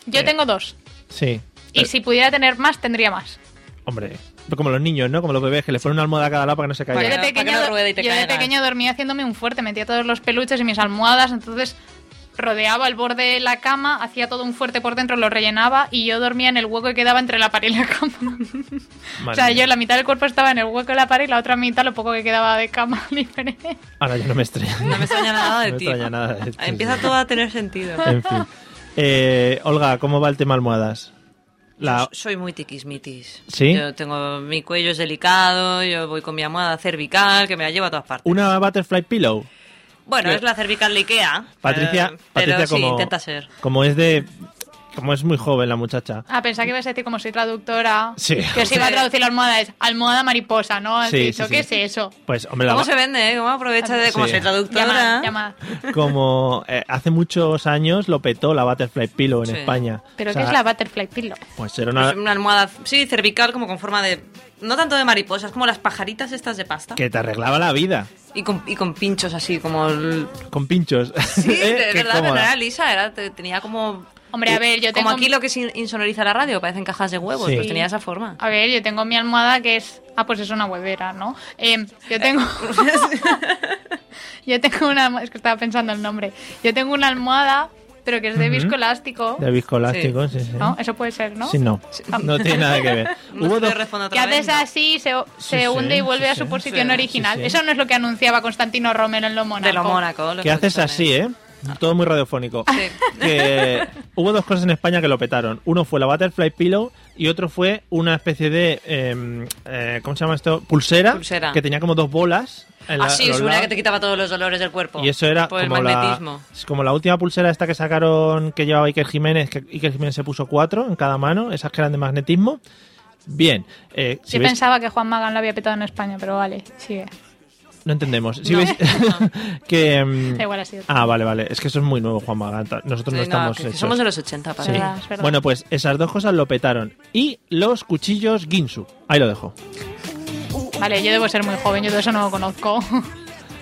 D: Yo tengo dos.
C: Sí.
D: Y
C: Pero-
D: si pudiera tener más, tendría más.
C: Hombre, como los niños, ¿no? Como los bebés que les ponen una almohada a cada lado para que no se
E: Para
D: Yo
E: que
C: caiga.
D: de
E: no- para que
D: pequeña
E: no
D: do-
E: ruede y te
D: yo de
E: caigas.
D: pequeña dormía haciéndome un fuerte, metía todos los peluches y mis almohadas, entonces rodeaba el borde de la cama, hacía todo un fuerte por dentro, lo rellenaba y yo dormía en el hueco que quedaba entre la pared y la cama. o
C: Madre
D: sea,
C: mía.
D: yo la mitad del cuerpo estaba en el hueco de la pared y la otra mitad lo poco que quedaba de cama libre.
C: Ahora yo no me estrella.
E: No me extraña nada de
C: No me
E: ti.
C: extraña nada de ti,
E: Empieza
C: sí.
E: todo a tener sentido.
C: En fin. Eh, Olga, ¿cómo va el tema almohadas? La...
E: Yo Soy muy tiquismitis.
C: ¿Sí?
E: Yo tengo, mi cuello es delicado, yo voy con mi almohada cervical, que me la llevo a todas partes.
C: ¿Una butterfly pillow?
E: Bueno, es la cervical de Ikea.
C: Patricia,
E: eh, pero
C: Patricia como,
E: sí, intenta ser.
C: como es de... Como es muy joven la muchacha.
D: Ah, pensaba que ibas a decir como soy traductora,
C: Sí.
D: que se iba a traducir la almohada, es almohada mariposa, ¿no? Has
C: Sí,
D: dicho,
C: sí,
D: ¿qué
C: sí.
D: es eso?
C: Pues, hombre, la,
E: ¿Cómo
C: ba-
E: se vende, eh? ¿Cómo aprovecha de cómo
C: Sí.
E: soy traductora?
D: Llamada, llamada.
C: como eh, hace muchos años lo petó la butterfly pillow en
E: Sí.
C: España.
D: ¿Pero
C: O sea,
D: qué es la butterfly pillow?
C: Pues era
E: Es
C: una...
E: una almohada, sí, cervical, como con forma de... No tanto de mariposas, como las pajaritas estas de pasta.
C: que te arreglaba la vida.
E: Y con, y con pinchos así, como... el-
C: Con pinchos.
E: Sí,
C: Eh, qué
E: de verdad, pero no
C: cómoda.
E: era lisa, era, te- tenía como...
D: Hombre, a ver, yo tengo...
E: eh, Como aquí lo que sin- insonoriza la radio, parecen cajas de huevos,
C: Sí.
E: pues tenía esa forma.
D: A ver, yo tengo mi almohada que es. Ah, pues es una huevera, ¿no? Eh, yo tengo. yo tengo una. almo- Es que estaba pensando el nombre. Yo tengo una almohada, pero que es de
C: Ujú.
D: viscoelástico.
C: De viscoelástico, sí, sí.
D: ¿No? Eso puede ser, ¿no?
C: Sí, no. No tiene nada que ver.
E: Ah. No
C: Hubo
E: te
C: dos...
E: respondo
D: Que
E: otra vez,
D: haces
E: no.
D: así, se, se
C: sí,
D: hunde y vuelve
C: sí,
D: a su
C: sí.
D: posición
E: Sí,
D: original.
C: sí, sí.
D: Eso no es lo que anunciaba Constantino Romero en Lo Mónaco.
E: De lo Mónaco. lo
C: Que haces
E: escuchas,
C: así,
E: eh.
C: ¿eh? Todo muy radiofónico.
E: Sí.
C: que hubo dos cosas en España que lo petaron. Uno fue la Butterfly Pillow y otro fue una especie de. eh, eh, ¿Cómo se llama esto? Pulsera.
E: Pulsera.
C: Que tenía como dos bolas. en la-
E: Así,
C: los
E: Ah, es una
C: lados.
E: que te quitaba todos los dolores del cuerpo.
C: Y eso era
E: Oh, Por el
C: como, la,
E: magnetismo.
C: es como la última pulsera esta que sacaron que llevaba Iker Jiménez, que Iker Jiménez se puso cuatro en cada mano, esas que eran de magnetismo. Bien, eh, si
D: Yo
C: veis-
D: pensaba que Juan Magán lo había petado en España, pero vale, sigue.
C: no entendemos. Si
E: No,
C: veis que... mm,
D: Da igual, ha sido.
C: Ah, vale, vale. Es que eso es muy nuevo, Juan Maganta. Nosotros no
E: Sí, no,
C: estamos...
E: que- que
C: hechos.
E: somos de los 80, para
D: Sí.
E: ver.
D: verdad, es verdad.
C: Bueno, pues esas dos cosas lo petaron. Y los cuchillos Ginsu. Ahí lo dejo.
D: Vale, yo debo ser muy joven, yo todo eso no lo conozco.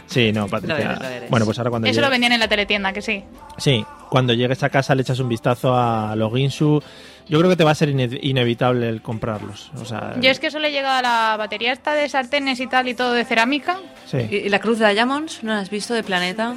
C: Sí, no, Patricia.
E: Lo eres, lo eres.
C: Bueno, pues ahora cuando
D: Eso lo
C: llegue-
D: vendían en la teletienda, que sí.
C: Sí, cuando llegues a casa le echas un vistazo a los Ginsu. Yo creo que te va a ser ine- inevitable el comprarlos. O sea,
D: Yo es que solo he llegado a la batería esta de sartenes y tal y todo de cerámica.
E: ¿Y,
C: sí.
E: y la cruz de Diamonds? ¿No la has visto de Planeta?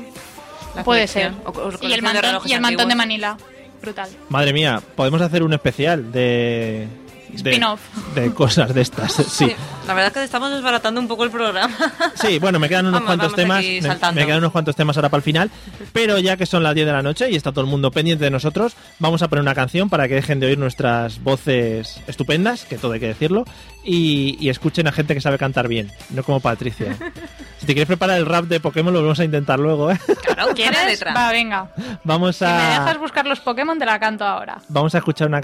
E: La
D: Puede ser. y
E: colección. O- o
D: el
E: colección de
D: mantón,
E: relojes
D: y el mantón de
E: antiguos.
D: Manila. Brutal.
C: Madre mía, podemos hacer un especial de... de-
D: Spin-off.
C: De cosas de estas, sí.
E: Sí, La verdad es que estamos desbaratando un poco el programa.
C: Sí, bueno, me quedan unos
E: Vamos,
C: cuantos
E: vamos
C: temas.
E: aquí
C: Me,
E: saltando.
C: me quedan unos cuantos temas ahora para el final. Pero ya que son las 10 de la noche y está todo el mundo pendiente de nosotros, vamos a poner una canción para que dejen de oír nuestras voces estupendas, que todo hay que decirlo, y, y escuchen a gente que sabe cantar bien, no como Patricia. Si te quieres preparar el rap de Pokémon, lo vamos a intentar luego, ¿eh?
E: Claro, una
D: ¿Quieres?
E: letra.
D: Va, venga.
C: Vamos
D: Si me dejas
C: a.
D: buscar los Pokémon, te la canto ahora.
C: Vamos a escuchar una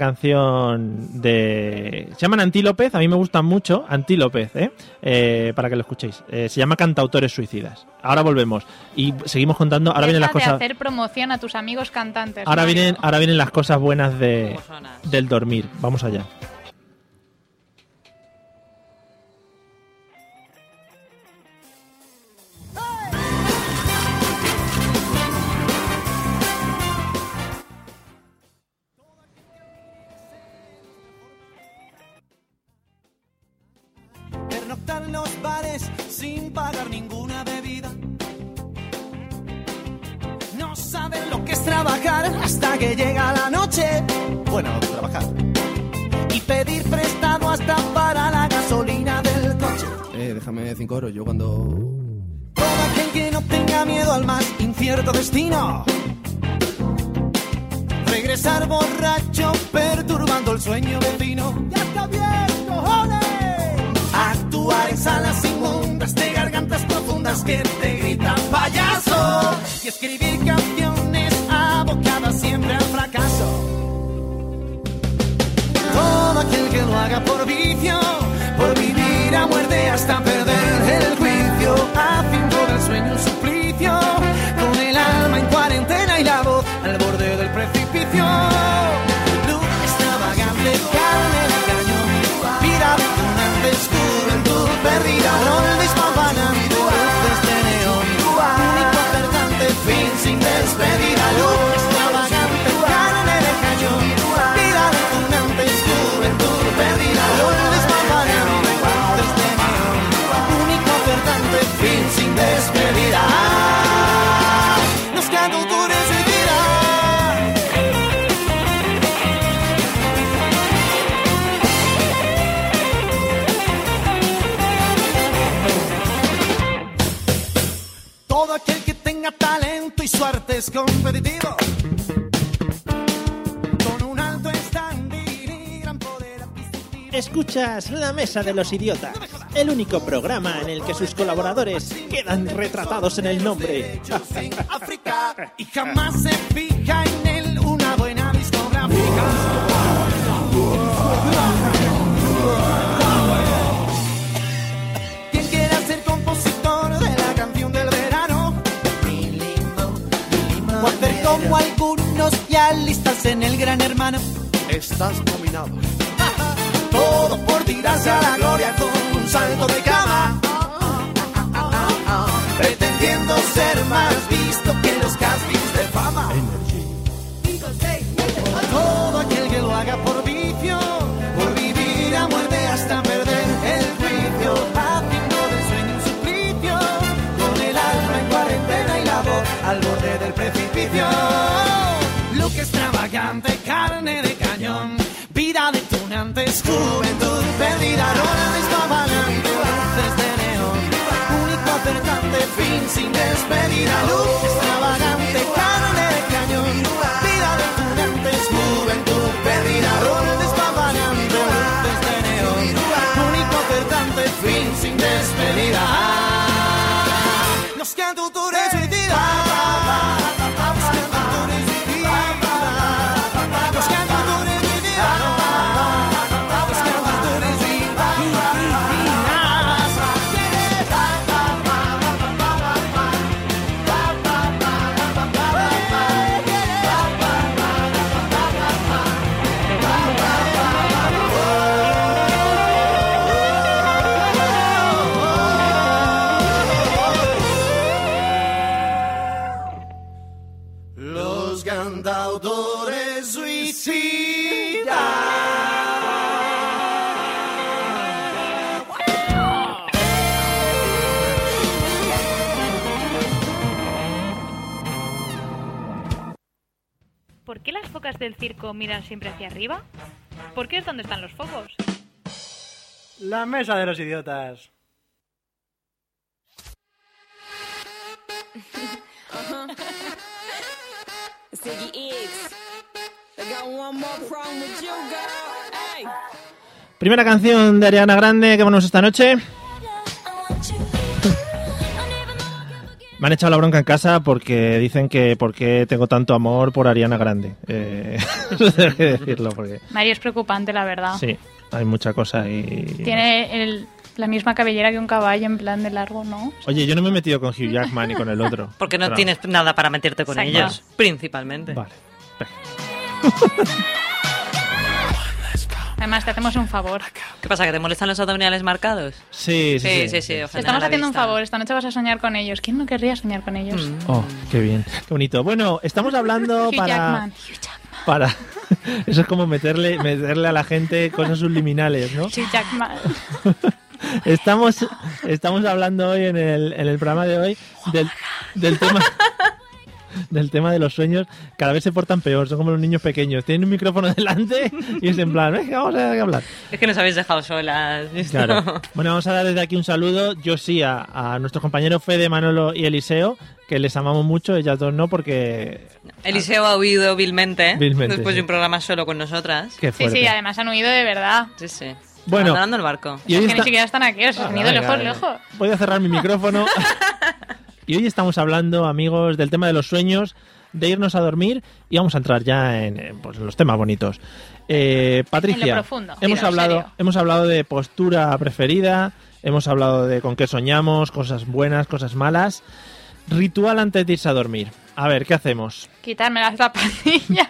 C: canción de. Se llaman Antílopez, a mí me gustan mucho. Antílopez, ¿eh? Eh, para que lo escuchéis. Eh, se llama Cantautores Suicidas. Ahora volvemos y seguimos contando. Ahora
D: Deja
C: vienen las
D: de
C: cosas.
D: hacer promoción a tus amigos cantantes.
C: Ahora
D: Mario.
C: vienen, ahora vienen las cosas buenas de,
E: Como sonas.
C: del dormir. Vamos allá.
F: pernoctar en los bares sin pagar ninguna bebida. No saben lo que es trabajar hasta que llega la noche. Bueno, trabajar. Y pedir prestado hasta para la gasolina del coche.
I: Eh, déjame cinco euros, yo cuando...
F: Todo aquel que no tenga miedo al más incierto destino. Regresar borracho, perturbando el sueño vecino. ¡Ya está bien, cojones! Actuar en salas inmundas de gargantas profundas. también te gritan payaso. Y escribir canciones abocadas siempre al fracaso. Todo aquel que lo haga por vicio, por vivir a muerte hasta perder el juicio, haciendo del sueño un suplicio, con el alma en cuarentena y la voz al borde del precipicio. Luz extravagante, carne de cañón, vida abundante, juventud perdida, rol de hispana, luces de neón, único acertante, fin sin despedida, luz extravagante, carne de cañón, vida abundante, juventud perdida, rol de hispana, luces de neón, único acertante, fin sin despedida. Nos quedó duro y vida. Todo aquel que tenga talento y suerte es competitivo. Con un alto standing y gran poder adquisitivo.
B: Escuchas La Mesa de los Idiotas, el único programa en el que sus colaboradores quedan retratados en el nombre.
F: en África y jamás se fija en él una buena discográfica. Quien quiera ser compositor de la canción del verano o hacer como algunos ya listas en el Gran Hermano.
I: Estás nominado.
F: Todo por tirarse a la gloria con un salto de cama. Pretendiendo ser más visto que los castings de fama. Todo aquel que lo haga por vicio, por vivir a muerte hasta perder el juicio. Haciendo del sueño un suplicio, con el alma en cuarentena y la voz al borde del precipicio. Look extravagante, carne de cañón, vida detonante, es juventud perdida, hora de hispavana, luces de neón, único acertante, fin sin despedida, luz extravagante, carne de cañón, vida detonante, es juventud perdida, hora de hispavana, luces de neón, único acertante, fin sin despedida. Nos quedan tutores y Los cantautores suicidas.
J: ¿Por qué las focas del circo miran siempre hacia arriba? ¿Por qué es donde están los focos?
K: La mesa de los idiotas.
C: Primera canción de Ariana Grande que ponemos esta noche. Me han echado la bronca en casa porque dicen que porque tengo tanto amor por Ariana Grande. Eh, tengo que decirlo porque
D: Mario es preocupante, la verdad.
C: sí, hay mucha cosa y
D: Tiene el- la misma cabellera que un caballo en plan de largo, ¿no?
C: Oye, yo no me he metido con Hugh Jackman ni con el otro.
E: Porque no
C: Pero-
E: tienes nada para meterte con
D: Exacto.
E: ellos, principalmente.
C: Vale.
D: Además, te hacemos un favor.
E: ¿Qué pasa? ¿Que te molestan los abdominales marcados?
C: Sí, sí, sí.
E: Sí, sí, sí.
D: Te
E: ofenden a
D: estamos
E: la
D: haciendo un
E: vista.
D: favor. Esta noche vas a soñar con ellos. ¿Quién no querría soñar con ellos?
C: Oh, qué bien. Qué bonito. Bueno, estamos hablando
D: Hugh
C: para
D: Jackman. Hugh Jackman.
C: para eso es como meterle meterle a la gente cosas subliminales, ¿no?
D: Hugh Jackman.
C: Estamos, estamos hablando hoy en el, en el programa de hoy del, del tema del tema de los sueños. Cada vez se portan peor, son como los niños pequeños. Tienen un micrófono delante y es en plan, venga, vamos a hablar.
E: Es que nos habéis dejado solas. ¿listo?
C: Claro. Bueno, vamos a dar desde aquí un saludo, yo sí, a, a nuestros compañeros Fede, Manolo y Eliseo, que les amamos mucho, ellas dos no, porque...
E: Eliseo ha huido vilmente,
C: Vilmente,
E: después
C: sí.
E: de un programa solo con nosotras.
C: Qué
D: Sí,
C: fuerte.
D: sí, además han huido de verdad.
E: Sí, sí.
C: Bueno.
E: Abandonando el barco.
C: Y hoy
D: Es que
C: está-
D: ni siquiera están aquí, os
C: Ah,
D: han ido
C: venga,
D: lejos,
C: venga.
D: lejos.
C: Voy a cerrar mi micrófono. Y hoy estamos hablando, amigos, del tema de los sueños, de irnos a dormir y vamos a entrar ya en, eh, pues, en los temas bonitos. Eh, Patricia,
D: En lo profundo.
C: hemos
D: Tira,
C: hablado,
D: serio.
C: hemos hablado de postura preferida, hemos hablado de con qué soñamos, cosas buenas, cosas malas. Ritual antes de irse a dormir. A ver, ¿qué hacemos?
D: Quitarme las zapatillas.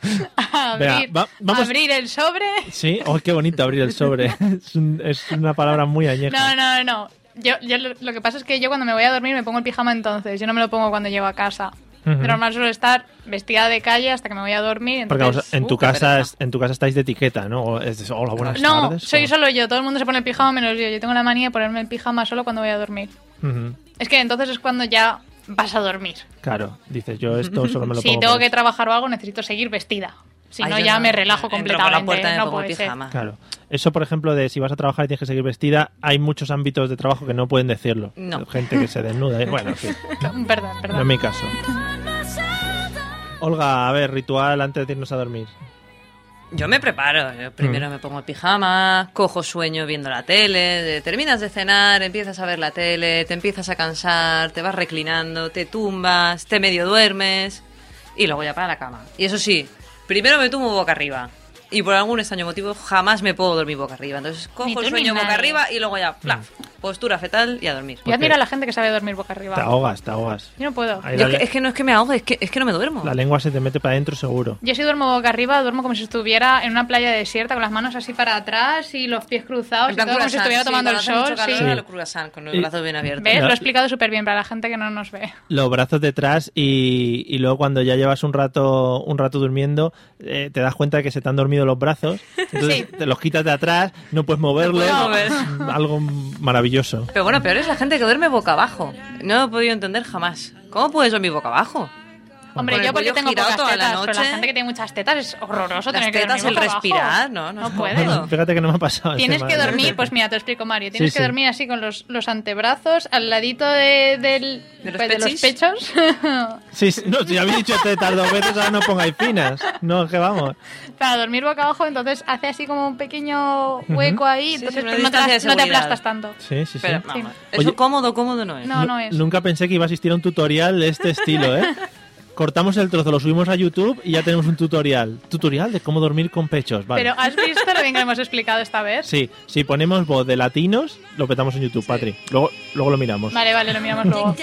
D: abrir,
C: va- vamos-
D: abrir el sobre.
C: Sí, oh, qué bonito abrir el sobre. Es, un- es una palabra muy añeja.
D: No, no, no. Yo, yo lo lo que pasa es que yo cuando me voy a dormir me pongo el pijama entonces. Yo no me lo pongo cuando llego a casa.
C: Ujú.
D: De normal suelo estar vestida de calle hasta que me voy a dormir.
C: Porque
D: entonces-
C: vamos, en tu
D: Uh, qué
C: casa
D: pereza.
C: es- en tu casa estáis de etiqueta, ¿no? O es- hola, buenas
D: No,
C: tardes.
D: soy
C: o-
D: solo yo. Todo el mundo se pone el pijama menos yo. Yo tengo la manía de ponerme el pijama solo cuando voy a dormir.
C: Ujú,
D: Es que entonces es cuando ya vas a dormir.
C: Claro, dices, yo esto solo me lo
D: si
C: pongo.
D: tengo
C: por
D: que
C: eso.
D: trabajar o algo, necesito seguir vestida. Si
E: Ay,
D: no,
E: yo
D: ya
E: no.
D: me relajo
E: Entro por la
D: completamente.
E: puerta y me
D: no
E: pongo el
D: puede ser.
E: pijama.
C: Claro. Eso, por ejemplo, de si vas a trabajar y tienes que seguir vestida, hay muchos ámbitos de trabajo que no pueden decirlo.
E: No.
C: Gente que se desnuda. ¿eh? Bueno, en fin,
D: Perdón,
C: no
D: perdón.
C: es mi caso. Olga, a ver, ritual antes de irnos a dormir.
E: Yo me preparo. Yo
C: Mm.
E: primero me pongo el pijama, cojo sueño viendo la tele, de- terminas de cenar, empiezas a ver la tele, te empiezas a cansar, te vas reclinando, te tumbas, te medio duermes y luego ya para la cama. Y eso sí, primero me tumbo boca arriba. Y por algún extraño motivo jamás me puedo dormir boca arriba. Entonces
D: Ni
E: cojo
D: tú
E: el
D: ni
E: sueño boca
D: nadie.
E: arriba y luego ya, plaf,
C: Mm.
E: postura fetal y a dormir.
C: Pues
D: Yo admiro a la gente que sabe dormir boca arriba.
C: Te ahogas, te ahogas.
D: Yo no puedo.
C: Ahí
E: Yo
C: la,
E: es, que, es que no es que me ahogue, es que, es que no me duermo.
C: la lengua se te mete para adentro seguro.
D: Yo si duermo boca arriba, duermo como si estuviera en una playa desierta, con las manos así para atrás y los pies cruzados,
E: En
D: y
E: plan
D: todo como si
E: croissant,
D: estuviera
E: sí,
D: tomando el
E: cuando hace
D: sol.
E: mucho calor,
D: sí.
E: a lo croissant, con
C: Y-
E: los brazos bien abiertos.
D: ¿Ves?
C: Ya.
D: Lo he explicado súper bien para la gente que no nos ve.
C: Los brazos detrás y, y luego cuando ya llevas un rato un rato durmiendo, eh, te das cuenta de que se te han dormido los brazos. Entonces te los quitas de atrás, no puedes moverlos.
E: puedes
C: Algo maravilloso.
E: Pero bueno, peor es la gente que duerme boca abajo. No lo he podido entender jamás. ¿Cómo puedes dormir boca abajo?
D: Hombre,
E: Con el
D: yo porque
E: cuello
D: tengo
E: girado
D: pocas
E: toda
D: tetas,
E: la
D: pero la
E: noche.
D: gente que tiene muchas tetas es horroroso
E: Las
D: tener que
E: tetas,
D: dormir
E: el
D: boca abajo.
E: respirar, no, no, no
D: puedes.
E: puedo.
C: Fíjate que no me ha pasado. ese
D: Tienes que
C: mal.
D: dormir, pues mira, te lo explico Mario, tienes
C: Sí,
D: que
C: sí.
D: dormir así con los, los antebrazos al ladito de, del-
E: ¿De los
D: pues, de los pechos.
C: Sí, sí, no, si habéis dicho tetas dos veces, ahora no pongáis finas. No, que vamos.
D: para dormir boca abajo, entonces hace así como un pequeño hueco ahí,
E: Sí,
D: entonces
E: sí, una
D: tú no, te,
E: distancia
D: no
E: de
D: te
E: seguridad.
D: aplastas tanto.
C: Sí, sí, sí.
E: Pero vamos,
C: Sí.
E: eso
C: Oye-
E: cómodo, cómodo no es.
D: No, no es.
C: Nunca pensé que iba a existir un tutorial de este estilo, ¿eh? Cortamos el trozo, lo subimos a YouTube y ya tenemos un tutorial. Tutorial de cómo dormir con pechos, vale.
D: Pero ¿has visto lo bien que lo hemos explicado esta vez?
C: Sí, si ponemos voz de latinos, lo petamos en YouTube, Patri. Luego, luego lo miramos.
D: Vale, vale, lo miramos luego.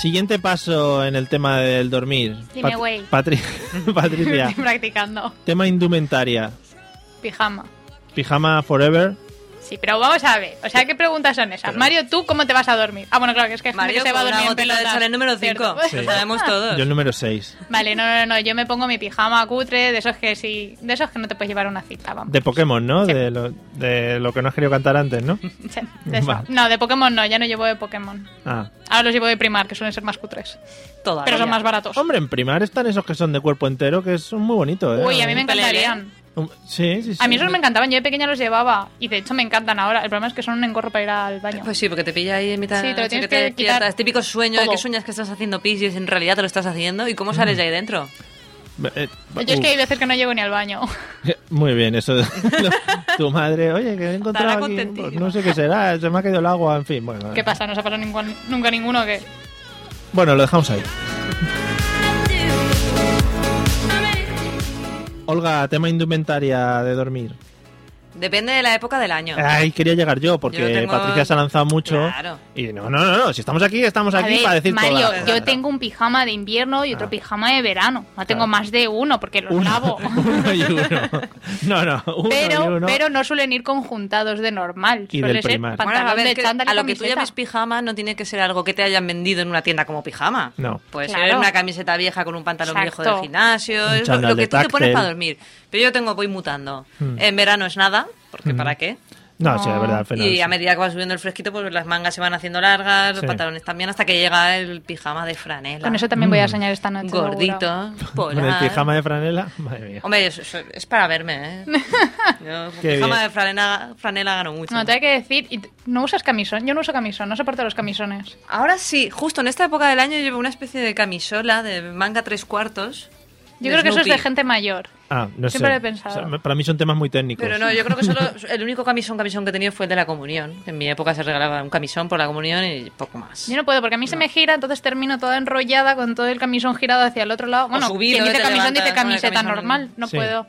C: Siguiente paso en el tema del dormir.
D: Dime, güey.
C: Patri Patricia,
D: Estoy practicando.
C: tema indumentaria.
D: Pijama.
C: Pijama forever.
D: Sí, pero vamos a ver. O sea, ¿qué preguntas son esas? Mario, ¿tú cómo te vas a dormir? Ah, bueno, claro, que es que hay gente
E: Mario
D: que se va a
E: con una
D: dormir en
E: gotita de
D: pelotas.
E: sal, el número 5.
D: ¿Cierto? Ah.
E: Lo sabemos todos.
C: Yo el número 6.
D: Vale, no, no, no. Yo me pongo mi pijama cutre, de esos que sí. De esos que no te puedes llevar a una cita, vamos.
C: De Pokémon, ¿no?
D: Sí.
C: De, lo, de lo que no has querido cantar antes, ¿no?
D: Sí, de eso.
C: Vale.
D: No, de Pokémon no, ya no llevo de Pokémon.
C: Ah.
D: Ahora los llevo de Primar, que suelen ser más cutres.
E: Todavía.
D: Pero son más baratos.
C: Hombre, en primar están esos que son de cuerpo entero, que son muy bonitos, ¿eh?
D: Uy, a mí me
E: Un pelele.
D: encantarían.
C: Um, Sí, sí, sí.
D: A mí esos me encantaban, yo de pequeña los llevaba. Y de hecho me encantan ahora. El problema es que son un encorro para ir al baño.
E: Pues sí, porque te pilla ahí en mitad
D: Sí,
E: de
D: te
E: la
D: lo
E: noche
D: tienes
E: te
D: que
E: despiertas.
D: quitar
E: Típico sueño de
D: todo.
E: que sueñas que estás haciendo pis y en realidad te lo estás haciendo. ¿Y cómo
C: Mm.
E: sales de ahí dentro?
C: Eh,
D: yo es que hay
C: uh,
D: veces que no llevo ni al baño.
C: Muy bien, eso. tu madre, oye, que he encontrado
E: Estará
C: aquí.
E: contentísima.
C: pues no sé qué será, se me ha caído el agua, en fin. Bueno,
D: ¿Qué pasa? No se ha pasado ningún- nunca ninguno que...
C: bueno lo dejamos ahí. Olga, tema indumentaria de dormir.
E: Depende de la época del año.
C: Ay, quería llegar yo porque
E: Yo tengo-
C: Patricia se ha lanzado mucho.
E: Claro.
C: Y no, no, no, no, si estamos aquí, estamos
D: A
C: aquí
D: ver,
C: para decir
D: Mario,
C: todas las
D: yo
C: cosas.
D: tengo un pijama de invierno y otro
C: Ah.
D: pijama de verano. No tengo
C: Claro.
D: más de uno porque los
C: Uno,
D: lavo.
C: uno y uno. No, no, uno y
D: Pero,
C: uno.
D: pero no suelen ir conjuntados de normal.
C: Y
D: Suele
C: del
D: ser
C: primar.
E: Bueno, a
D: pantalón
E: ver,
D: de
E: que
D: chándal y
E: a lo que tú
D: camiseta.
E: llames pijama no tiene que ser algo que te hayan vendido en una tienda como pijama.
C: No.
E: Puede ser
D: Claro.
E: una camiseta vieja con un pantalón
D: Exacto.
E: viejo del gimnasio,
C: Un
E: es lo,
C: chándal
E: lo que
C: de Hmm.
E: tú te pones
C: táctel.
E: para dormir. Pero yo tengo, voy mutando. En verano es nada, porque ¿para qué?
C: No, sí, de verdad, al final.
E: y
C: Hmm.
E: a
C: sí.
E: medida que va subiendo el fresquito, pues las mangas se van haciendo largas, los
C: Sí.
E: pantalones también, hasta que llega el pijama de franela.
D: Con eso también
C: Mm.
D: voy a soñar esta noche. seguro.
E: Gordito,
C: Con
E: polar.
C: el pijama de franela, madre mía.
E: Hombre, es, es- es para verme, ¿eh? Yo con
C: Qué
E: pijama
C: bien.
E: de franela, franela gano mucho.
D: No, te hay que decir, y t- ¿no usas camisón? Yo no uso camisón, no soporto los camisones.
E: Ahora sí, justo en esta época del año llevo una especie de camisola de manga tres cuartos.
D: Yo creo que eso es de
E: Snoopy.
D: gente mayor.
C: Ah, no
D: Siempre
C: sé.
D: lo he pensado.
C: O sea, para mí son temas muy técnicos.
D: Pues
E: Pero no, yo creo que solo el único camisón camisón que he tenido fue el de la comunión. En mi época se regalaba un camisón por la comunión y poco más.
D: Yo no puedo porque a mí se me gira, entonces termino toda enrollada con todo el camisón girado hacia el otro lado. Bueno,
E: subido,
D: quien
E: que
D: dice
E: te
D: camisón
E: levantas
D: dice
E: con el
D: camiseta
E: camisón.
D: normal. No
C: Sí.
D: puedo. Yo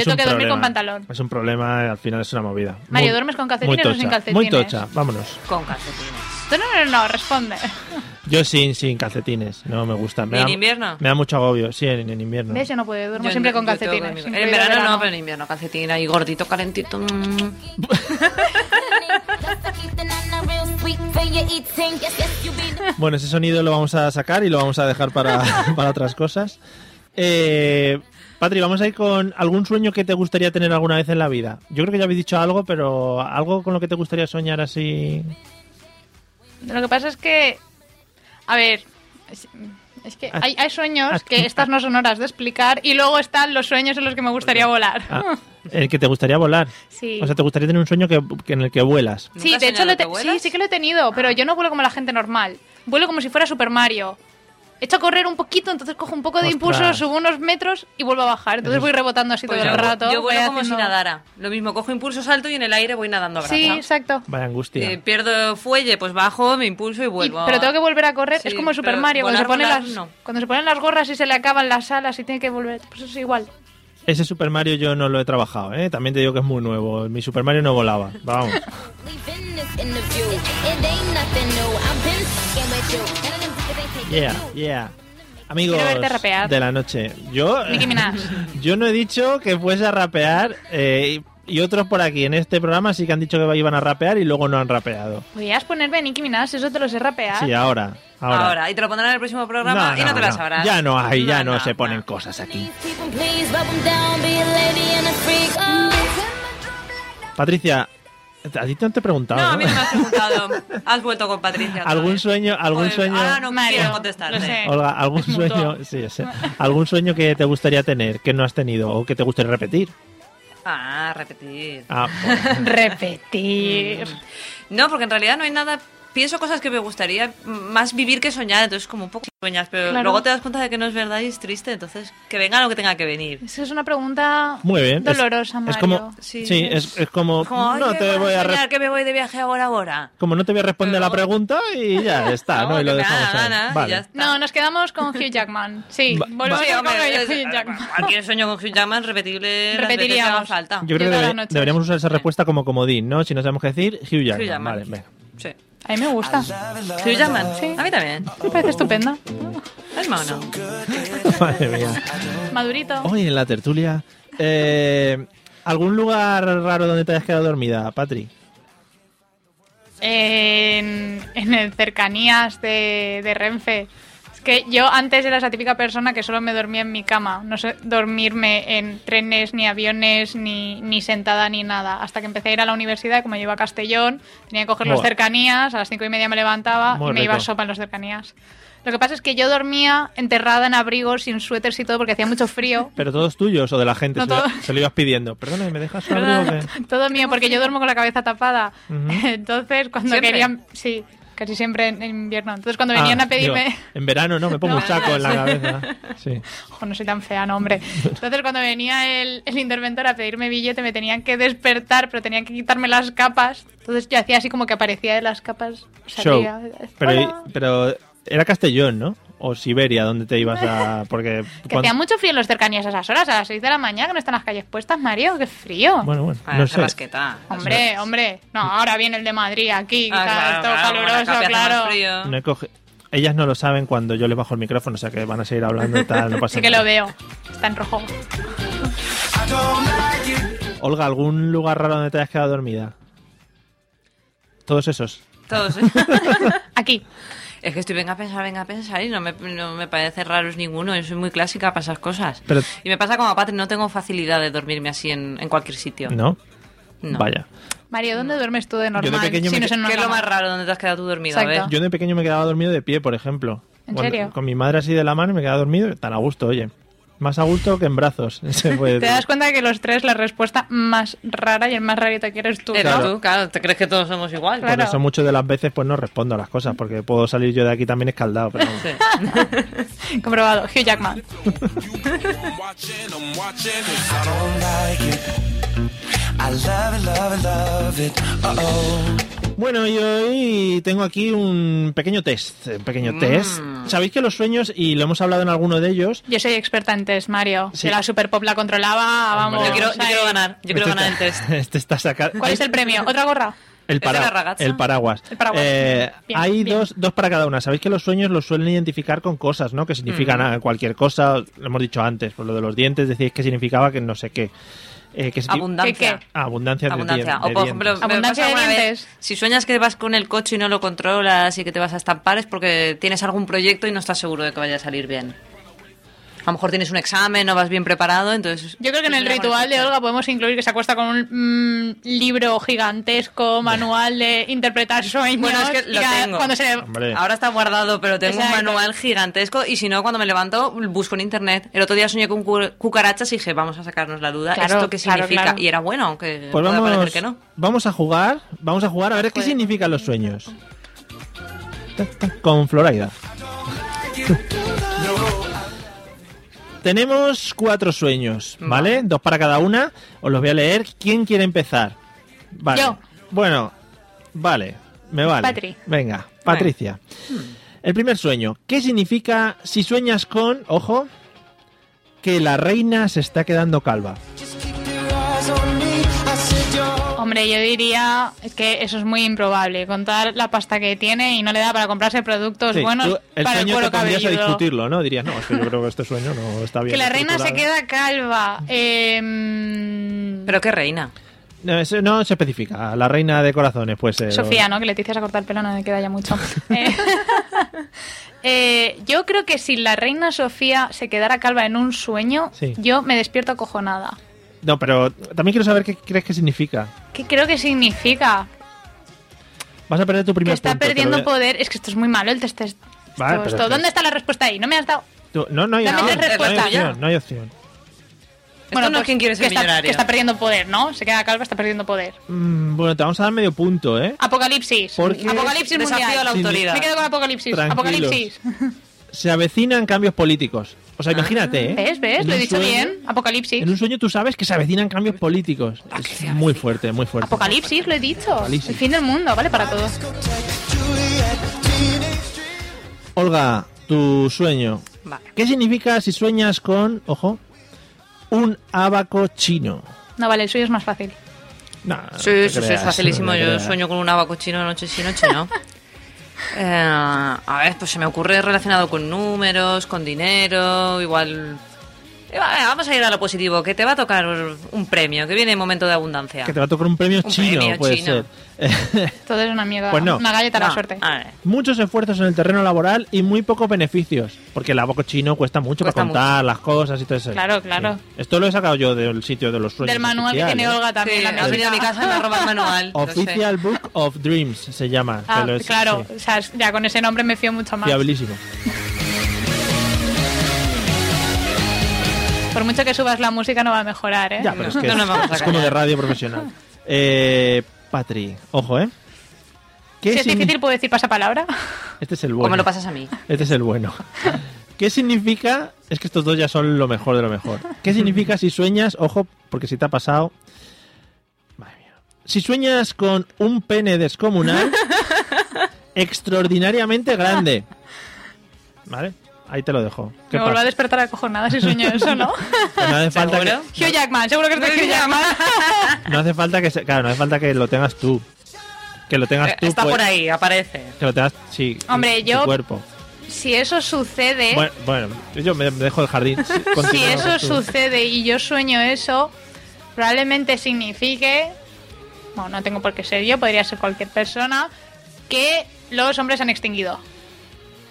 C: Es
D: tengo
C: un
D: que dormir con
C: problema. ¿eh?
D: pantalón.
C: Es un problema, al final es una movida.
D: Mario, ¿duermes con calcetines
C: muy
D: o
C: tocha,
D: sin calcetines?
C: Muy tocha, vámonos.
E: Con calcetines.
D: No, no, no, no, responde.
C: Yo sin, sin calcetines, no me gusta. Me
E: ¿Ni
C: da-
E: en invierno?
C: Me da mucho agobio, sí, en, en invierno.
D: ¿Ves? Yo no puedo, duermo
E: Yo
D: siempre
E: no-
D: con
E: yo tengo
D: calcetines.
E: mi-
D: incluido
E: En verano,
D: verano.
E: no, pero en invierno calcetín ahí gordito, calentito. mm.
C: Bueno, ese sonido lo vamos a sacar y lo vamos a dejar para, para otras cosas. Eh, Patri, vamos a ir con algún sueño que te gustaría tener alguna vez en la vida. Yo creo que ya habéis dicho algo, pero algo con lo que te gustaría soñar así.
D: Lo que pasa es que. A ver. Es, es que hay, hay sueños que estas no son horas de explicar y luego están los sueños en los que me gustaría volar.
C: ah, el que te gustaría volar.
D: Sí.
C: O sea, te gustaría tener un sueño que, que en el que vuelas.
E: ¿Nunca
D: Sí,
E: has
D: de hecho
E: soñado
D: lo he
E: que
D: te- sí,
E: vuelas?
D: sí que lo he tenido,
E: Ah.
D: pero yo no vuelo como la gente normal. Vuelo como si fuera Super Mario. Echo a correr un poquito, entonces cojo un poco de impulso,
C: Ostras.
D: subo unos metros y vuelvo a bajar. Entonces
C: Eso
D: voy
C: es-
D: rebotando así
E: Pues
D: todo
E: yo,
D: el rato.
E: yo vuelo
D: voy
E: como si
D: haciendo-
E: nadara. Lo mismo, cojo impulso, salto y en el aire voy nadando abrazado.
D: Sí, exacto.
C: Vaya angustia.
E: Eh, pierdo fuelle, pues bajo, me impulso y
D: Y-
E: vuelvo.
D: pero tengo que volver a correr.
E: Sí,
D: es como Super
E: pero
D: Mario, cuando se,
E: volar,
D: pone
E: volar,
D: las,
E: no.
D: cuando se ponen las gorras y se le acaban las alas y tiene que volver. Pues eso es igual.
C: Ese Super Mario yo no lo he trabajado, ¿eh? También te digo que es muy nuevo. Mi Super Mario no volaba. Vamos. Yeah, yeah. Amigos
D: Quiero verte rapear.
C: de la noche. Yo,
D: Nicki Minaj.
C: yo no he dicho que fuese a rapear eh, y y otros por aquí en este programa sí que han dicho que iban a rapear y luego no han rapeado.
D: Podrías ponerme a Nicki Minaj, eso te lo sé rapear.
C: Sí, ahora.
E: Ahora.
C: Ahora.
E: y te lo pondrán en el próximo programa y no, te la sabrás.
C: Ya no hay, ya no, se ponen
E: no.
C: cosas aquí. Patricia, a ti no te he preguntado.
E: No, a
C: ¿no?
E: mí no me has preguntado. Has vuelto con Patricia. otra
C: ¿Algún
E: vez.
C: sueño, algún
E: Joder,
C: sueño?
E: Ahora no eh,
D: Mario,
E: quiero contestarte.
D: lo sé.
C: Olga, algún
D: Es mutuo.
C: sueño, sí, ya sé. algún sueño que te gustaría tener, que no has tenido o que te gustaría repetir.
E: Ah, repetir.
C: Ah, bueno.
D: Repetir.
E: Mm. No, porque en realidad no hay nada. Pienso cosas que me gustaría más vivir que soñar, entonces como un poco sueñas, pero
D: Claro.
E: luego te das cuenta de que no es verdad y es triste, entonces que venga lo que tenga que venir.
D: Esa es una pregunta
C: muy bien. es-
D: dolorosa,
C: es,
D: Mario.
C: como, sí,
E: Sí,
C: es,
E: es-
C: es como,
E: Como, ay,
C: no
E: que
C: te voy a re-
E: soñar, que me voy de viaje ahora, ahora.
C: como no te voy a responder la
E: Pero-
C: pregunta y ya está, ¿no? Y
E: que
C: lo
E: me da
C: dejamos
E: la
C: ahí.
E: gana y
C: Vale.
E: ya está.
D: No, nos quedamos con Hugh Jackman. Sí,
C: Va-
D: volvemos
C: va-
E: Sí,
D: a
E: hombre,
D: con
E: es-
D: Hugh Jackman.
E: cualquier sueño con Hugh Jackman repetible las veces que
D: Repetiríamos.
E: haga falta.
C: Yo creo que
D: Yo todas las
C: debe-
D: noches.
C: deberíamos usar esa respuesta como comodín, ¿no? Si no sabemos qué decir, Hugh Jackman.
E: Jackman.
C: Vale, venga.
E: Sí.
D: A mí me gusta.
E: Hugh Jackman,
D: Sí.
E: a mí también.
D: Me parece estupenda.
E: Es mono.
C: Madre mía.
D: Madurito.
C: Hoy en la tertulia. eh, ¿Algún lugar raro donde te hayas quedado dormida, Patri?
D: En, en el cercanías de, de Renfe. Es que yo antes era esa típica persona que solo me dormía en mi cama. No sé dormirme en trenes, ni aviones, ni, ni sentada, ni nada. Hasta que empecé a ir a la universidad y como yo iba a Castellón, tenía que coger los
C: Buah.
D: cercanías. A las cinco y media me levantaba
C: Muy
D: y me iba a
C: rico.
D: sopa en los cercanías. Lo que pasa es que yo dormía enterrada en abrigos, sin suéteres y todo, porque hacía mucho frío.
C: ¿Pero todos tuyos o de la gente?
D: No,
C: se, lo,
D: todo-
C: se lo ibas pidiendo. Perdona, ¿me dejas algo? Eh,
D: Perdón,
C: que-
D: Todo mío, porque yo duermo con la cabeza tapada.
C: Ujú.
D: Entonces, cuando
E: ¿Siempre?
D: querían. Sí, casi siempre en en invierno. Entonces, cuando venían
C: Ah,
D: a pedirme.
C: digo, en verano no, me pongo un saco en la cabeza. Sí.
D: Ojo, no soy tan fea, no, hombre. Entonces, cuando venía el, el interventor a pedirme billete, me tenían que despertar, pero tenían que quitarme las capas. Entonces, yo hacía así como que aparecía de las capas.
C: Show.
D: salía,
C: Pero,
D: "Hola".
C: pero era Castellón, ¿no? O Siberia, donde te ibas a. Porque.
D: Que
C: cuando-
D: hacía mucho frío en los cercanías a esas horas, a las 6 de la mañana, que no están las calles puestas, Mario, qué frío.
C: Bueno, bueno,
E: Ah,
C: no
E: qué
C: sé.
E: rasqueta.
D: hombre, hombre. No, ahora viene el de Madrid aquí, quizás
E: Ah, claro,
D: todo
E: claro,
D: caluroso,
E: acá hace más
D: claro.
E: frío.
C: No he coge- Ellas no lo saben cuando yo les bajo el micrófono, o sea que van a seguir hablando y tal, no pasa
D: Sí que
C: nada.
D: lo veo. Está en rojo.
C: Olga, ¿algún lugar raro donde te hayas quedado dormida? Todos esos.
E: Todos.
D: Aquí.
E: es que estoy venga a pensar, venga a pensar y no me, no me parece raros ninguno. Yo soy muy clásica para esas cosas.
C: Pero-
E: Y me pasa como a Patri, no tengo facilidad de dormirme así en, en cualquier sitio.
C: ¿No?
E: No.
C: Vaya.
D: Mario, ¿dónde duermes tú de normal?
C: pequeño
D: si
C: me
D: no es
C: que-
D: en una
E: ¿Qué es lo
D: cama?
E: más raro donde te has quedado tú dormido? A ver.
D: Exacto.
C: Yo de pequeño me quedaba dormido de pie, por ejemplo.
D: ¿En
C: Cuando-
D: serio?
C: Con mi madre así de la mano y me quedaba dormido tan a gusto, oye. Más a gusto que en brazos. se puede
D: Te
C: decir.
D: das cuenta de que los tres la respuesta más rara y el más rarito que eres tú.
E: Eres
D: ¿no?
E: Eh, tú, claro, te crees que todos somos igual.
C: Por eso muchas de las veces pues no respondo a las cosas, porque puedo salir yo de aquí también escaldado. Pero vamos.
D: Comprobado, Hugh Jackman.
F: I don't like it. I love it, love it, love it. Uh-oh.
C: Bueno, y hoy tengo aquí un pequeño test. Un pequeño
E: Mm.
C: test. Sabéis que los sueños, y lo hemos hablado en alguno de ellos,
D: Yo soy experta en test, Mario.
C: Sí.
D: Si la Superpop la controlaba, vamos.
E: Yo quiero, yo
D: ahí.
E: quiero ganar, yo quiero
C: Este
E: ganar el
C: está-
E: test.
C: Este está sacado.
D: ¿Cuál es el premio? ¿Otra gorra?
C: El, para-
E: ¿Es de la ragazza?
C: el paraguas.
D: El paraguas.
C: Eh,
D: Bien,
C: hay
D: bien.
C: Dos, dos para cada una. Sabéis que los sueños los suelen identificar con cosas, ¿no? Que
E: Mm.
C: significan ah, cualquier cosa. Lo hemos dicho antes, por lo de los dientes, decís que significaba que no sé qué. Eh, que se-
E: Abundancia.
D: ¿Qué, qué?
C: Ah, abundancia de
E: Abundancia.
C: dien- de
E: O por
C: dientes.
E: ejemplo, me
D: Abundancia
E: pasa
D: de
E: alguna
D: dientes.
E: vez, si sueñas que vas con el coche y no lo controlas y que te vas a estampar es porque tienes algún proyecto y no estás seguro de que vaya a salir bien. A lo mejor tienes un examen, no vas bien preparado, entonces...
D: Yo creo que en
E: pues
D: el
E: mira, con
D: ritual de
E: coche.
D: Olga podemos incluir que se acuesta con un mm, libro gigantesco, manual de interpretar sueños.
E: Bueno, es que
D: y
E: lo
D: cada-
E: tengo.
D: Cuando se le-
C: Hombre.
E: Ahora está guardado, pero tengo
D: Exacto.
E: un manual gigantesco y si no, cuando me levanto, busco en internet. El otro día soñé con cu- cucarachas y dije, vamos a sacarnos la duda,
D: Claro,
E: ¿esto qué
D: claro,
E: significa?
D: claro.
E: Y era bueno, aunque
C: Pues
E: pueda
C: vamos,
E: parecer que no.
C: vamos a jugar. Vamos a jugar a ver qué significan los sueños. Con Floraida. Tenemos cuatro sueños, ¿vale? Dos para cada una. Os los voy a leer. ¿Quién quiere empezar? Vale.
D: Yo.
C: Bueno, vale. Me vale.
D: Patri.
C: Venga, Patricia. El primer sueño. ¿Qué significa si sueñas con, ojo, que la reina se está quedando calva?
D: Hombre, yo diría es que eso es muy improbable. Contar la pasta que tiene y no le da para comprarse productos
C: Sí,
D: buenos
C: tú el
D: para el
C: sueño
D: cuero
C: te pondrías a
D: cabelludo.
C: discutirlo, ¿no? Dirías, no, es que yo creo que este sueño no está bien. ¿eh?
D: Que la reina se
C: estructurado.
D: queda calva. Em,
E: Pero qué reina.
C: No, eso no se especifica. La reina de corazones, pues. eh,
D: Sofía, ¿no? Que Leticia se ha cortado el pelo, no le queda ya mucho. Eh, eh, yo creo que si la reina Sofía se quedara calva en un sueño,
C: Sí.
D: yo me despierto acojonada.
C: No, pero también quiero saber qué crees que significa.
D: ¿Qué creo que significa?
C: Vas a perder tu
D: Que
C: primer
D: está
C: punto, te lo
D: perdiendo
C: voy a-
D: poder. Es que esto es muy malo el test. esto-
C: Vale,
D: esto-
C: pero es que-
D: ¿Dónde está la respuesta ahí? No me has dado.
C: Tú- No, no hay
D: Dame
C: opción.
D: tres
C: No hay
D: respuestas.
C: opción. No hay opción.
E: Esto no es
D: pues,
E: quien quiere ser
D: que está,
E: millonario.
D: que está perdiendo poder, ¿no? Se queda calva, está perdiendo poder.
C: Mm, bueno, te vamos a dar medio punto, ¿eh?
D: Apocalipsis.
C: Porque-
D: Apocalipsis
E: Desafío
D: mundial.
E: a la autoridad.
D: Me quedo con apocalipsis.
C: Tranquilos.
D: Apocalipsis.
C: Se avecinan cambios políticos. O sea, imagínate, ¿eh?
D: Ah, ¿Ves? ¿Ves?
C: En
D: Lo he
C: un
D: dicho
C: sueño-
D: bien. Apocalipsis.
C: En un sueño tú sabes que se avecinan cambios políticos.
D: Ah,
C: Es muy fuerte, muy fuerte.
D: Apocalipsis, lo he dicho.
C: Apocalipsis.
D: El fin del mundo, vale para todos.
C: Olga, tu sueño.
E: Vale.
C: ¿Qué significa si sueñas con, ojo, un abaco chino?
D: No, vale, el suyo es más fácil.
C: No, Ah,
E: Sí,
C: no te
E: sí, sí,
C: creas,
E: es facilísimo.
C: no te
E: Yo
C: creas.
E: sueño con un abaco chino noche sí, noche no. Eh, a ver, pues se me ocurre relacionado con números, con dinero, igual... Eh, va, Vamos a ir a lo positivo, que te va a tocar un premio, que viene el momento de abundancia.
C: Que te va a tocar un premio
E: Un
C: chino,
E: premio
C: puede
E: chino.
C: ser.
D: Todo es una mierda.
C: Pues no.
D: Una galleta a la
E: No, Ah.
D: suerte.
E: a ver.
C: Muchos esfuerzos en el terreno laboral y muy pocos beneficios. Porque el abaco chino cuesta mucho
E: Cuesta
C: para contar las cosas y todo eso.
D: Claro, claro.
C: Sí. Esto lo he sacado yo del sitio de los sueños.
D: Del manual que
C: oficial,
D: tiene
C: ¿eh?
D: Olga también.
E: Sí,
D: la
E: has venido a mi
D: mía.
E: casa y me has robado el manual. lo sé.
C: Official Book of Dreams se llama.
D: Ah,
C: que lo es-
D: claro,
C: sí,
D: o sea, ya con ese nombre me fío mucho más.
C: fiabilísimo.
D: Por mucho que subas la música no va a mejorar, ¿eh?
C: Ya, pero es que
E: No
C: es,
E: nos vamos a
C: es como
E: callar.
C: de radio profesional. Eh, Patri, ojo, ¿eh? ¿Qué
D: Si es
C: signi-
D: difícil, ¿puedo decir pasapalabra?
C: Este es el
E: ¿Cómo
C: bueno.
E: me lo pasas a mí?
C: Este es el bueno. ¿Qué significa? Es que estos dos ya son lo mejor de lo mejor. ¿Qué significa si sueñas? Ojo, porque si te ha pasado. Madre mía. Si sueñas con un pene descomunal, extraordinariamente grande. ¿Vale? Ahahí te lo dejo. ¿Qué
D: Me vuelvo a
C: pasa?
D: despertar acojonada si sueño eso, ¿no?
C: Pues no hace falta que,
E: ¿Seguro?
D: Hugh Jackman, seguro que es de Hugh Jackman.
C: no hace falta que se- claro, no hace falta que lo tengas tú. Que lo tengas
E: Eh,
C: tú.
E: Está
C: pues,
E: por ahí, aparece.
C: Que lo tengas, sí.
D: Hombre,
C: tu
D: yo-
C: cuerpo.
D: Si eso sucede,
C: Bueno, bueno, yo me me dejo el jardín. Sí,
D: si
C: continúa
D: eso
C: con tu-
D: sucede y yo sueño eso, probablemente signifique, bueno, no tengo por qué ser yo, podría ser cualquier persona, que los hombres se han extinguido.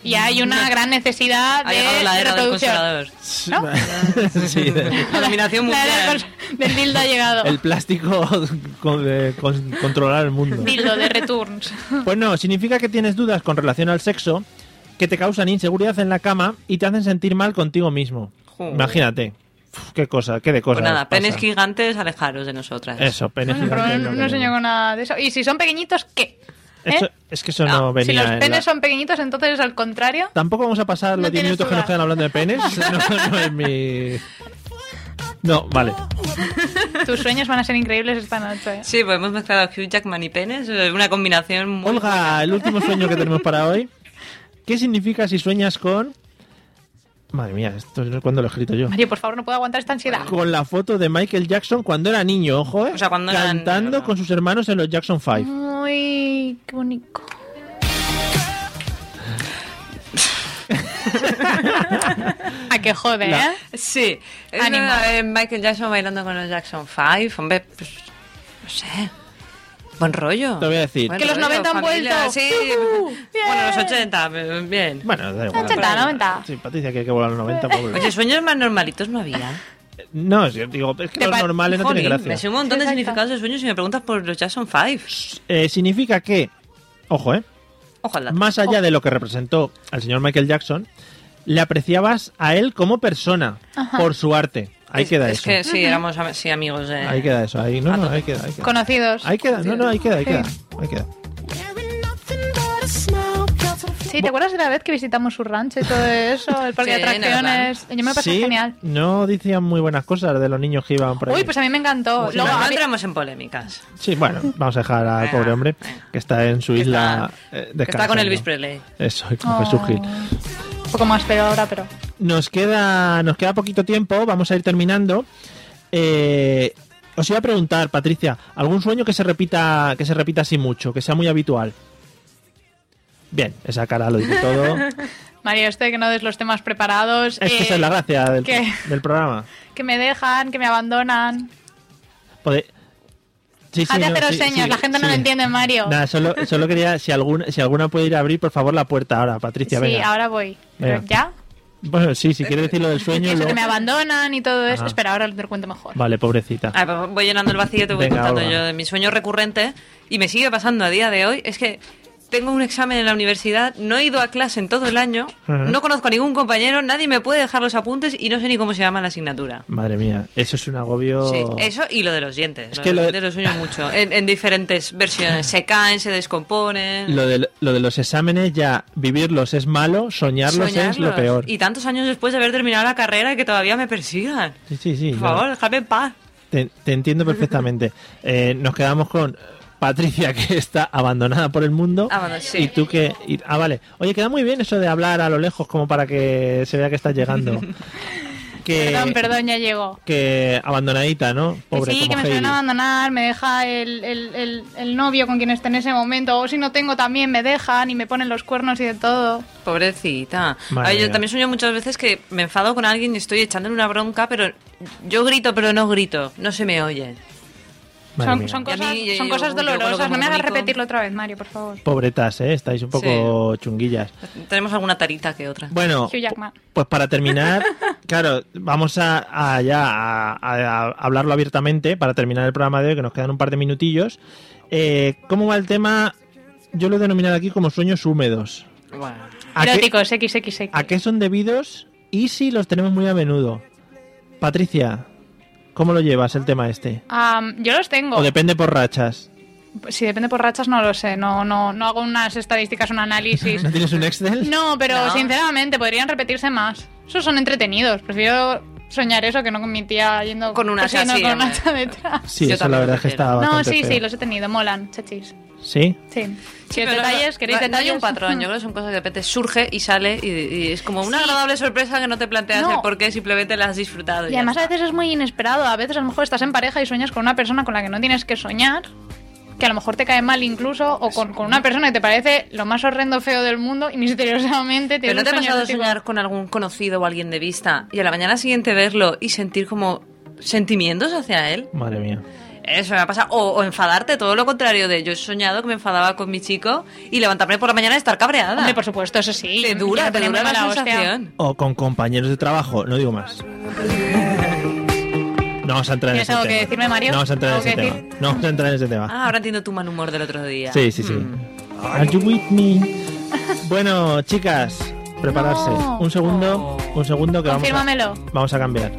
D: Y hay una gran necesidad
E: Mm. Ha llegado
D: de
E: la era del
D: reproducción.
E: consolador.
D: ¿no?
C: Sí, de-
E: La dominación
D: La era del
E: mundial.
D: cons- del dildo ha llegado.
C: El plástico con- de con- controlar el mundo.
D: Dildo de Returns.
C: Pues no, significa que tienes dudas con relación al sexo que te causan inseguridad en la cama y te hacen sentir mal contigo mismo. Imagínate. Uf, qué cosa, qué de cosas.
E: Pues nada,
C: pasa.
E: penes gigantes, alejaros de nosotras.
C: Eso, penes
D: Bueno, pero
C: gigantes,
D: no,
C: lo
D: no
C: que-
D: sueño con nada de eso. Y si son pequeñitos, ¿qué? ¿Eh?
C: Eso- es que eso no, venía.
D: si los
C: en la-
D: penes son pequeñitos, entonces es al contrario.
C: Tampoco vamos a pasar los
D: No
C: 10
D: tienes
C: minutos que nos
D: duda.
C: quedan hablando de penes. No, no es mi. No, vale.
D: Tus sueños van a ser increíbles esta noche.
E: Sí, pues hemos mezclado Hugh Jackman y penes. Es una combinación muy...
C: Olga, el último sueño que tenemos para hoy. ¿Qué significa si sueñas con. Madre mía, esto es cuando lo he escrito yo.
D: Mario, por favor, no puedo aguantar esta ansiedad.
C: Con la foto de Michael Jackson cuando era niño, ojo, eh,
E: O sea, cuando era niño,
C: cantando
E: ¿verdad?
C: con sus hermanos en los Jackson 5.
D: Muy qué bonito. A que jode,
C: La-
D: ¿eh?
E: Sí. Es
D: Ánimo.
E: una- eh, Michael Jackson bailando con los Jackson 5. Hombre, pues, no sé. Buen rollo.
C: Te voy a decir.
E: Buen
D: Que los 90 han vuelto.
E: Sí.
D: Yujú.
E: Bueno, los 80. eh, Bien.
C: Bueno, da igual.
D: 80, 90.
C: Sí, Patricia, que hay que volar a los 90. pues,
E: Oye, sueños más normalitos no había.
C: No, es que, digo, es que
D: Te
C: los
D: pa-
C: normales no tienen
E: Jolín,
C: gracia.
E: me sé un montón de
D: Exacto.
E: significados de sueños y me preguntas por los Jackson 5.
C: Eh, significa que, ojo, eh,
E: Ojalá.
C: más allá de lo que representó al señor Michael Jackson, le apreciabas a él como persona por su arte. Ahí
E: Es-
C: queda
E: es
C: eso.
E: que sí, éramos am- sí, amigos. eh.
C: Ahí queda eso. Ahí, no,
E: a
C: no,
E: tope.
C: ahí queda. Ahí queda.
D: Conocidos.
C: Ahí queda, no, no, ahí queda, ahí
D: Sí.
C: queda. Ahí queda.
D: Sí, ¿te acuerdas de la vez que visitamos su rancho y todo eso? El parque
E: Sí,
D: de atracciones. Yo me lo pasé
C: sí,
D: genial.
C: no decían muy buenas cosas de los niños que iban por ahí.
D: Uy, pues a mí me encantó.
E: No,
D: Luego,
E: no
D: a mí-
E: entramos en polémicas.
C: Sí, bueno, vamos a dejar al
E: Venga,
C: pobre hombre
E: venga.
C: que está en su
E: Que
C: isla
E: está-
C: eh,
E: que está con
C: descansando.
E: Elvis Presley.
C: Eso, y con Jesús Gil.
D: Oh, Un poco más pero ahora, pero.
C: Nos queda, nos queda poquito tiempo, vamos a ir terminando. Eh, os iba a preguntar, Patricia, ¿algún sueño que se repita, que se repita así mucho, que sea muy habitual? Bien, esa cara lo dice todo.
D: Mario, este que no des los temas preparados.
C: es que
D: eh,
C: esa es la gracia del,
D: ¿qué?
C: del programa.
D: que me dejan, que me abandonan.
C: Pode- Sí, sí,
D: Haz de
C: no,
D: haceros
C: sí,
D: señas,
C: sí,
D: la gente no
C: sí.
D: lo entiende, Mario.
C: Nada, solo, solo quería, si alguna, si alguna puede ir a abrir, por favor, la puerta ahora, Patricia,
D: sí,
C: venga.
D: ahora voy. Pero
C: Venga.
D: ¿Ya?
C: Bueno, sí, si quieres decir lo del sueño,
D: Eso
C: luego-
D: que me abandonan y todo eso.
C: Ajá.
D: Espera, ahora te lo cuento mejor.
C: Vale, pobrecita.
E: Ah, pues voy llenando el vacío, te voy
C: Venga,
E: contando
C: Olga.
E: yo de mi sueño recurrente y me sigue pasando a día de hoy. Es que tengo un examen en la universidad, no he ido a clase en todo el año,
C: Ajá.
E: no conozco a ningún compañero, nadie me puede dejar los apuntes y no sé ni cómo se llama la asignatura.
C: Madre mía, eso es un agobio.
E: Sí, eso y lo de los dientes.
C: Oh. Es
E: lo
C: que
E: de
C: lo
E: los
C: de-
E: dientes lo sueño mucho, en, en diferentes versiones. Se caen, se descomponen.
C: Lo de, lo de los exámenes, ya vivirlos es malo, soñarlos, es lo
E: soñarlos.
C: peor.
E: Y tantos años después de haber terminado la carrera que todavía me persigan.
C: Sí, sí, sí.
E: Por
C: no,
E: favor, déjame en paz.
C: Te, te entiendo perfectamente. Eh, nos quedamos con Patricia, que está abandonada por el mundo.
E: Abandon- sí.
C: Y tú que. y- ah, vale. Oye, queda muy bien eso de hablar a lo lejos, como para que se vea que estás llegando. que,
D: Perdón, perdón, ya llego.
C: Que abandonadita, ¿no?
D: Que
C: Eh, Pobre,
D: sí,
C: como
D: que me
C: Heidi.
D: suelen abandonar, me deja el, el- el- el novio con quien esté en ese momento, o si no tengo también me dejan y me ponen los cuernos y de todo.
E: Pobrecita.
C: Madre
E: Ay, yo
C: mía.
E: también sueño muchas veces que me enfado con alguien y estoy echándole una bronca, pero yo grito, pero no grito. No se me oye.
C: Madre
D: Son,
C: mía.
D: son
E: Y a mí,
D: cosas,
E: yo-
D: son
E: yo-
D: cosas
E: yo cuando
D: dolorosas, no me hagas
E: comunico-
D: repetirlo otra vez, Mario, por favor.
C: Pobretas, ¿eh? Estáis un poco chunguillas.
E: Tenemos alguna tarita que otra.
C: Bueno,
D: Hugh Jackman.
C: pu- pues para terminar, claro, vamos a, a ya a, a- a hablarlo abiertamente para terminar el programa de hoy, que nos quedan un par de minutillos. Eh, ¿Cómo va el tema? Yo lo he denominado aquí como sueños húmedos.
E: Bueno.
C: ¿A, qué,
D: Eróticos, XXX.
C: a qué son debidos y si los tenemos muy a menudo? Patricia, ¿cómo lo llevas el tema este?
D: Am, yo los tengo.
C: ¿O depende por rachas?
D: Si depende por rachas, no lo sé. No, no, no hago unas estadísticas, un análisis.
C: ¿No tienes un Excel?
D: No, pero
E: No.
D: sinceramente podrían repetirse más. Esos son entretenidos. Prefiero soñar eso que no con mi tía yendo
E: Con un hacha,
D: persiguiendo
E: sí,
D: con un
E: hombre.
D: hacha detrás.
C: Sí,
E: Yo
C: eso la
E: también
C: verdad
E: lo
C: es que
E: prefiero.
C: está
D: No,
C: Ah, bastante
D: sí,
C: feo.
D: sí, los he tenido. Molan, chachis.
C: ¿Sí?
D: Sí.
E: Sí,
D: ¿Queréis
E: pero no-
D: detalles? ¿Queréis
E: no- no
D: detalles?
E: hay un patrón, yo creo que son cosas que de repente surge y sale y, y es como una
D: Sí.
E: agradable sorpresa que no te planteas
D: No.
E: el por qué, simplemente la has disfrutado.
D: Y
E: ya
D: además a
E: está.
D: veces es muy inesperado. A veces a lo mejor estás en pareja y sueñas con una persona con la que no tienes que soñar, que a lo mejor te cae mal incluso,
E: Pues
D: o con, con una persona que te parece lo más horrendo feo del mundo y misteriosamente tienes
E: ¿Pero no te ha
D: un sueño
E: pasado
D: erótico.
E: soñar con algún conocido o alguien de vista y a la mañana siguiente verlo y sentir como sentimientos hacia él?
C: Madre mía.
E: Eso me ha pasado. O, o enfadarte, todo lo contrario de yo he soñado que me enfadaba con mi chico y levantarme por la mañana y estar cabreada.
D: Hombre, por supuesto, eso sí.
E: te dura,
D: Ya
E: te
D: tenía
E: dura
D: muy
E: la
D: mala hostia.
E: sensación.
C: O con compañeros de trabajo, no digo más. No vamos a entrar en
D: ¿Tienes
C: ese
D: algo que
C: tema.
D: decirme, Mario?
C: No vamos a entrar en
D: ¿Algo
C: ese
D: que
C: tema. No vamos a entrar en ese tema.
E: Ah, ahora entiendo tu mal
D: Mm.
E: humor del otro día. Hmm.
C: Sí, sí, sí.
E: Mm.
C: Are you with me? Bueno, chicas, prepararse.
D: No.
C: Un segundo, un segundo que vamos a,
D: Confírmamelo.
C: vamos a cambiar.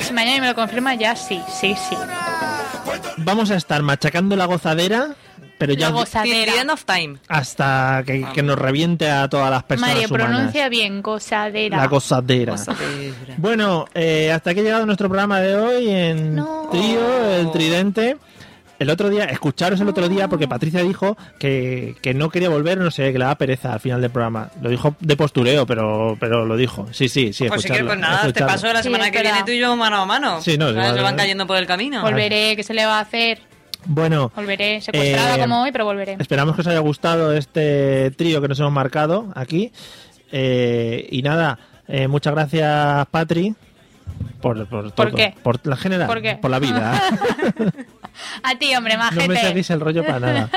D: Si mañana me lo confirma, ya sí, sí, sí.
C: Vamos a estar machacando la gozadera, pero ya
D: La gozadera.
E: Till the end of time.
C: hasta que, que nos reviente a todas las personas
D: Mario,
C: humanas.
D: pronuncia bien, gozadera.
C: La gozadera.
E: Pues,
C: Bueno, eh, hasta aquí ha llegado nuestro programa de hoy en
D: No.
C: Trío, el Tridente. El otro día, escucharos el otro día porque Patricia dijo que, que no quería volver, no sé, que le daba pereza al final del programa. Lo dijo de postureo, pero, pero lo dijo. Sí, sí, sí,
E: Pues si
C: escucharlo.
E: quieres, pues nada, te
C: escuclarlo.
E: paso la
D: Sí,
E: semana
D: es
E: que viene
D: verdad.
E: tú y yo mano a mano.
C: Sí, no, es
E: ¿Sabes?
C: verdad,
E: Se van
C: ¿no?
E: cayendo por el camino.
D: Volveré, ¿qué se le va a hacer?
C: Bueno,
D: Volveré, secuestrada
C: Eh,
D: como hoy, pero volveré.
C: Esperamos que os haya gustado este trío que nos hemos marcado aquí. Eh, y nada, eh, muchas gracias, Patri. Por, por,
D: ¿Por
C: todo.
D: qué?
C: Por la general,
D: ¿Por qué?
C: por la vida.
D: A ti, hombre,
C: no me
D: majete.
C: seguís el rollo para nada.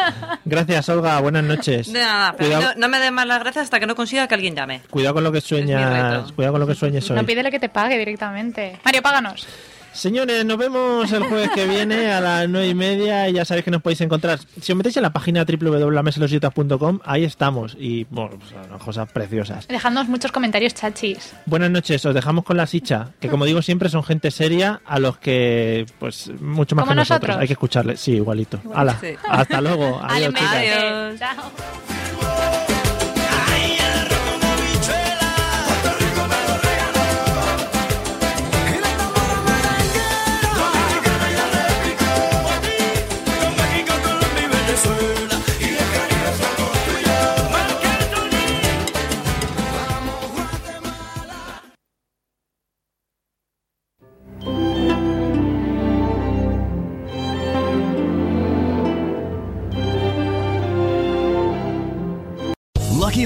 C: Gracias, Olga. Buenas noches.
E: De nada, pero
C: cuidado,
E: no, no me des más las gracias hasta que no consiga que alguien llame.
C: cuidado con lo que
E: Es mi
C: sueñas.
E: reto.
C: Cuidado con lo que sueñes hoy.
D: no pídele que te pague directamente. Mario, páganos.
C: Señores, nos vemos el jueves que viene a las nueve y media y ya sabéis que nos podéis encontrar. Si os metéis en la página www.lamesalositas.com, ahí estamos. Y bueno, pues, son cosas preciosas.
D: Dejadnos muchos comentarios chachis.
C: Buenas noches, os dejamos con la Sicha, que como digo siempre son gente seria a los que, pues, mucho más
D: Como
C: que nosotros.
D: nosotros.
C: Hay que escucharles, sí, igualito. Hala,
E: Sí.
C: hasta luego. Adiós,
D: Vale,
C: chicas.
D: majete.
E: Adiós.
D: Chao.
F: Lucky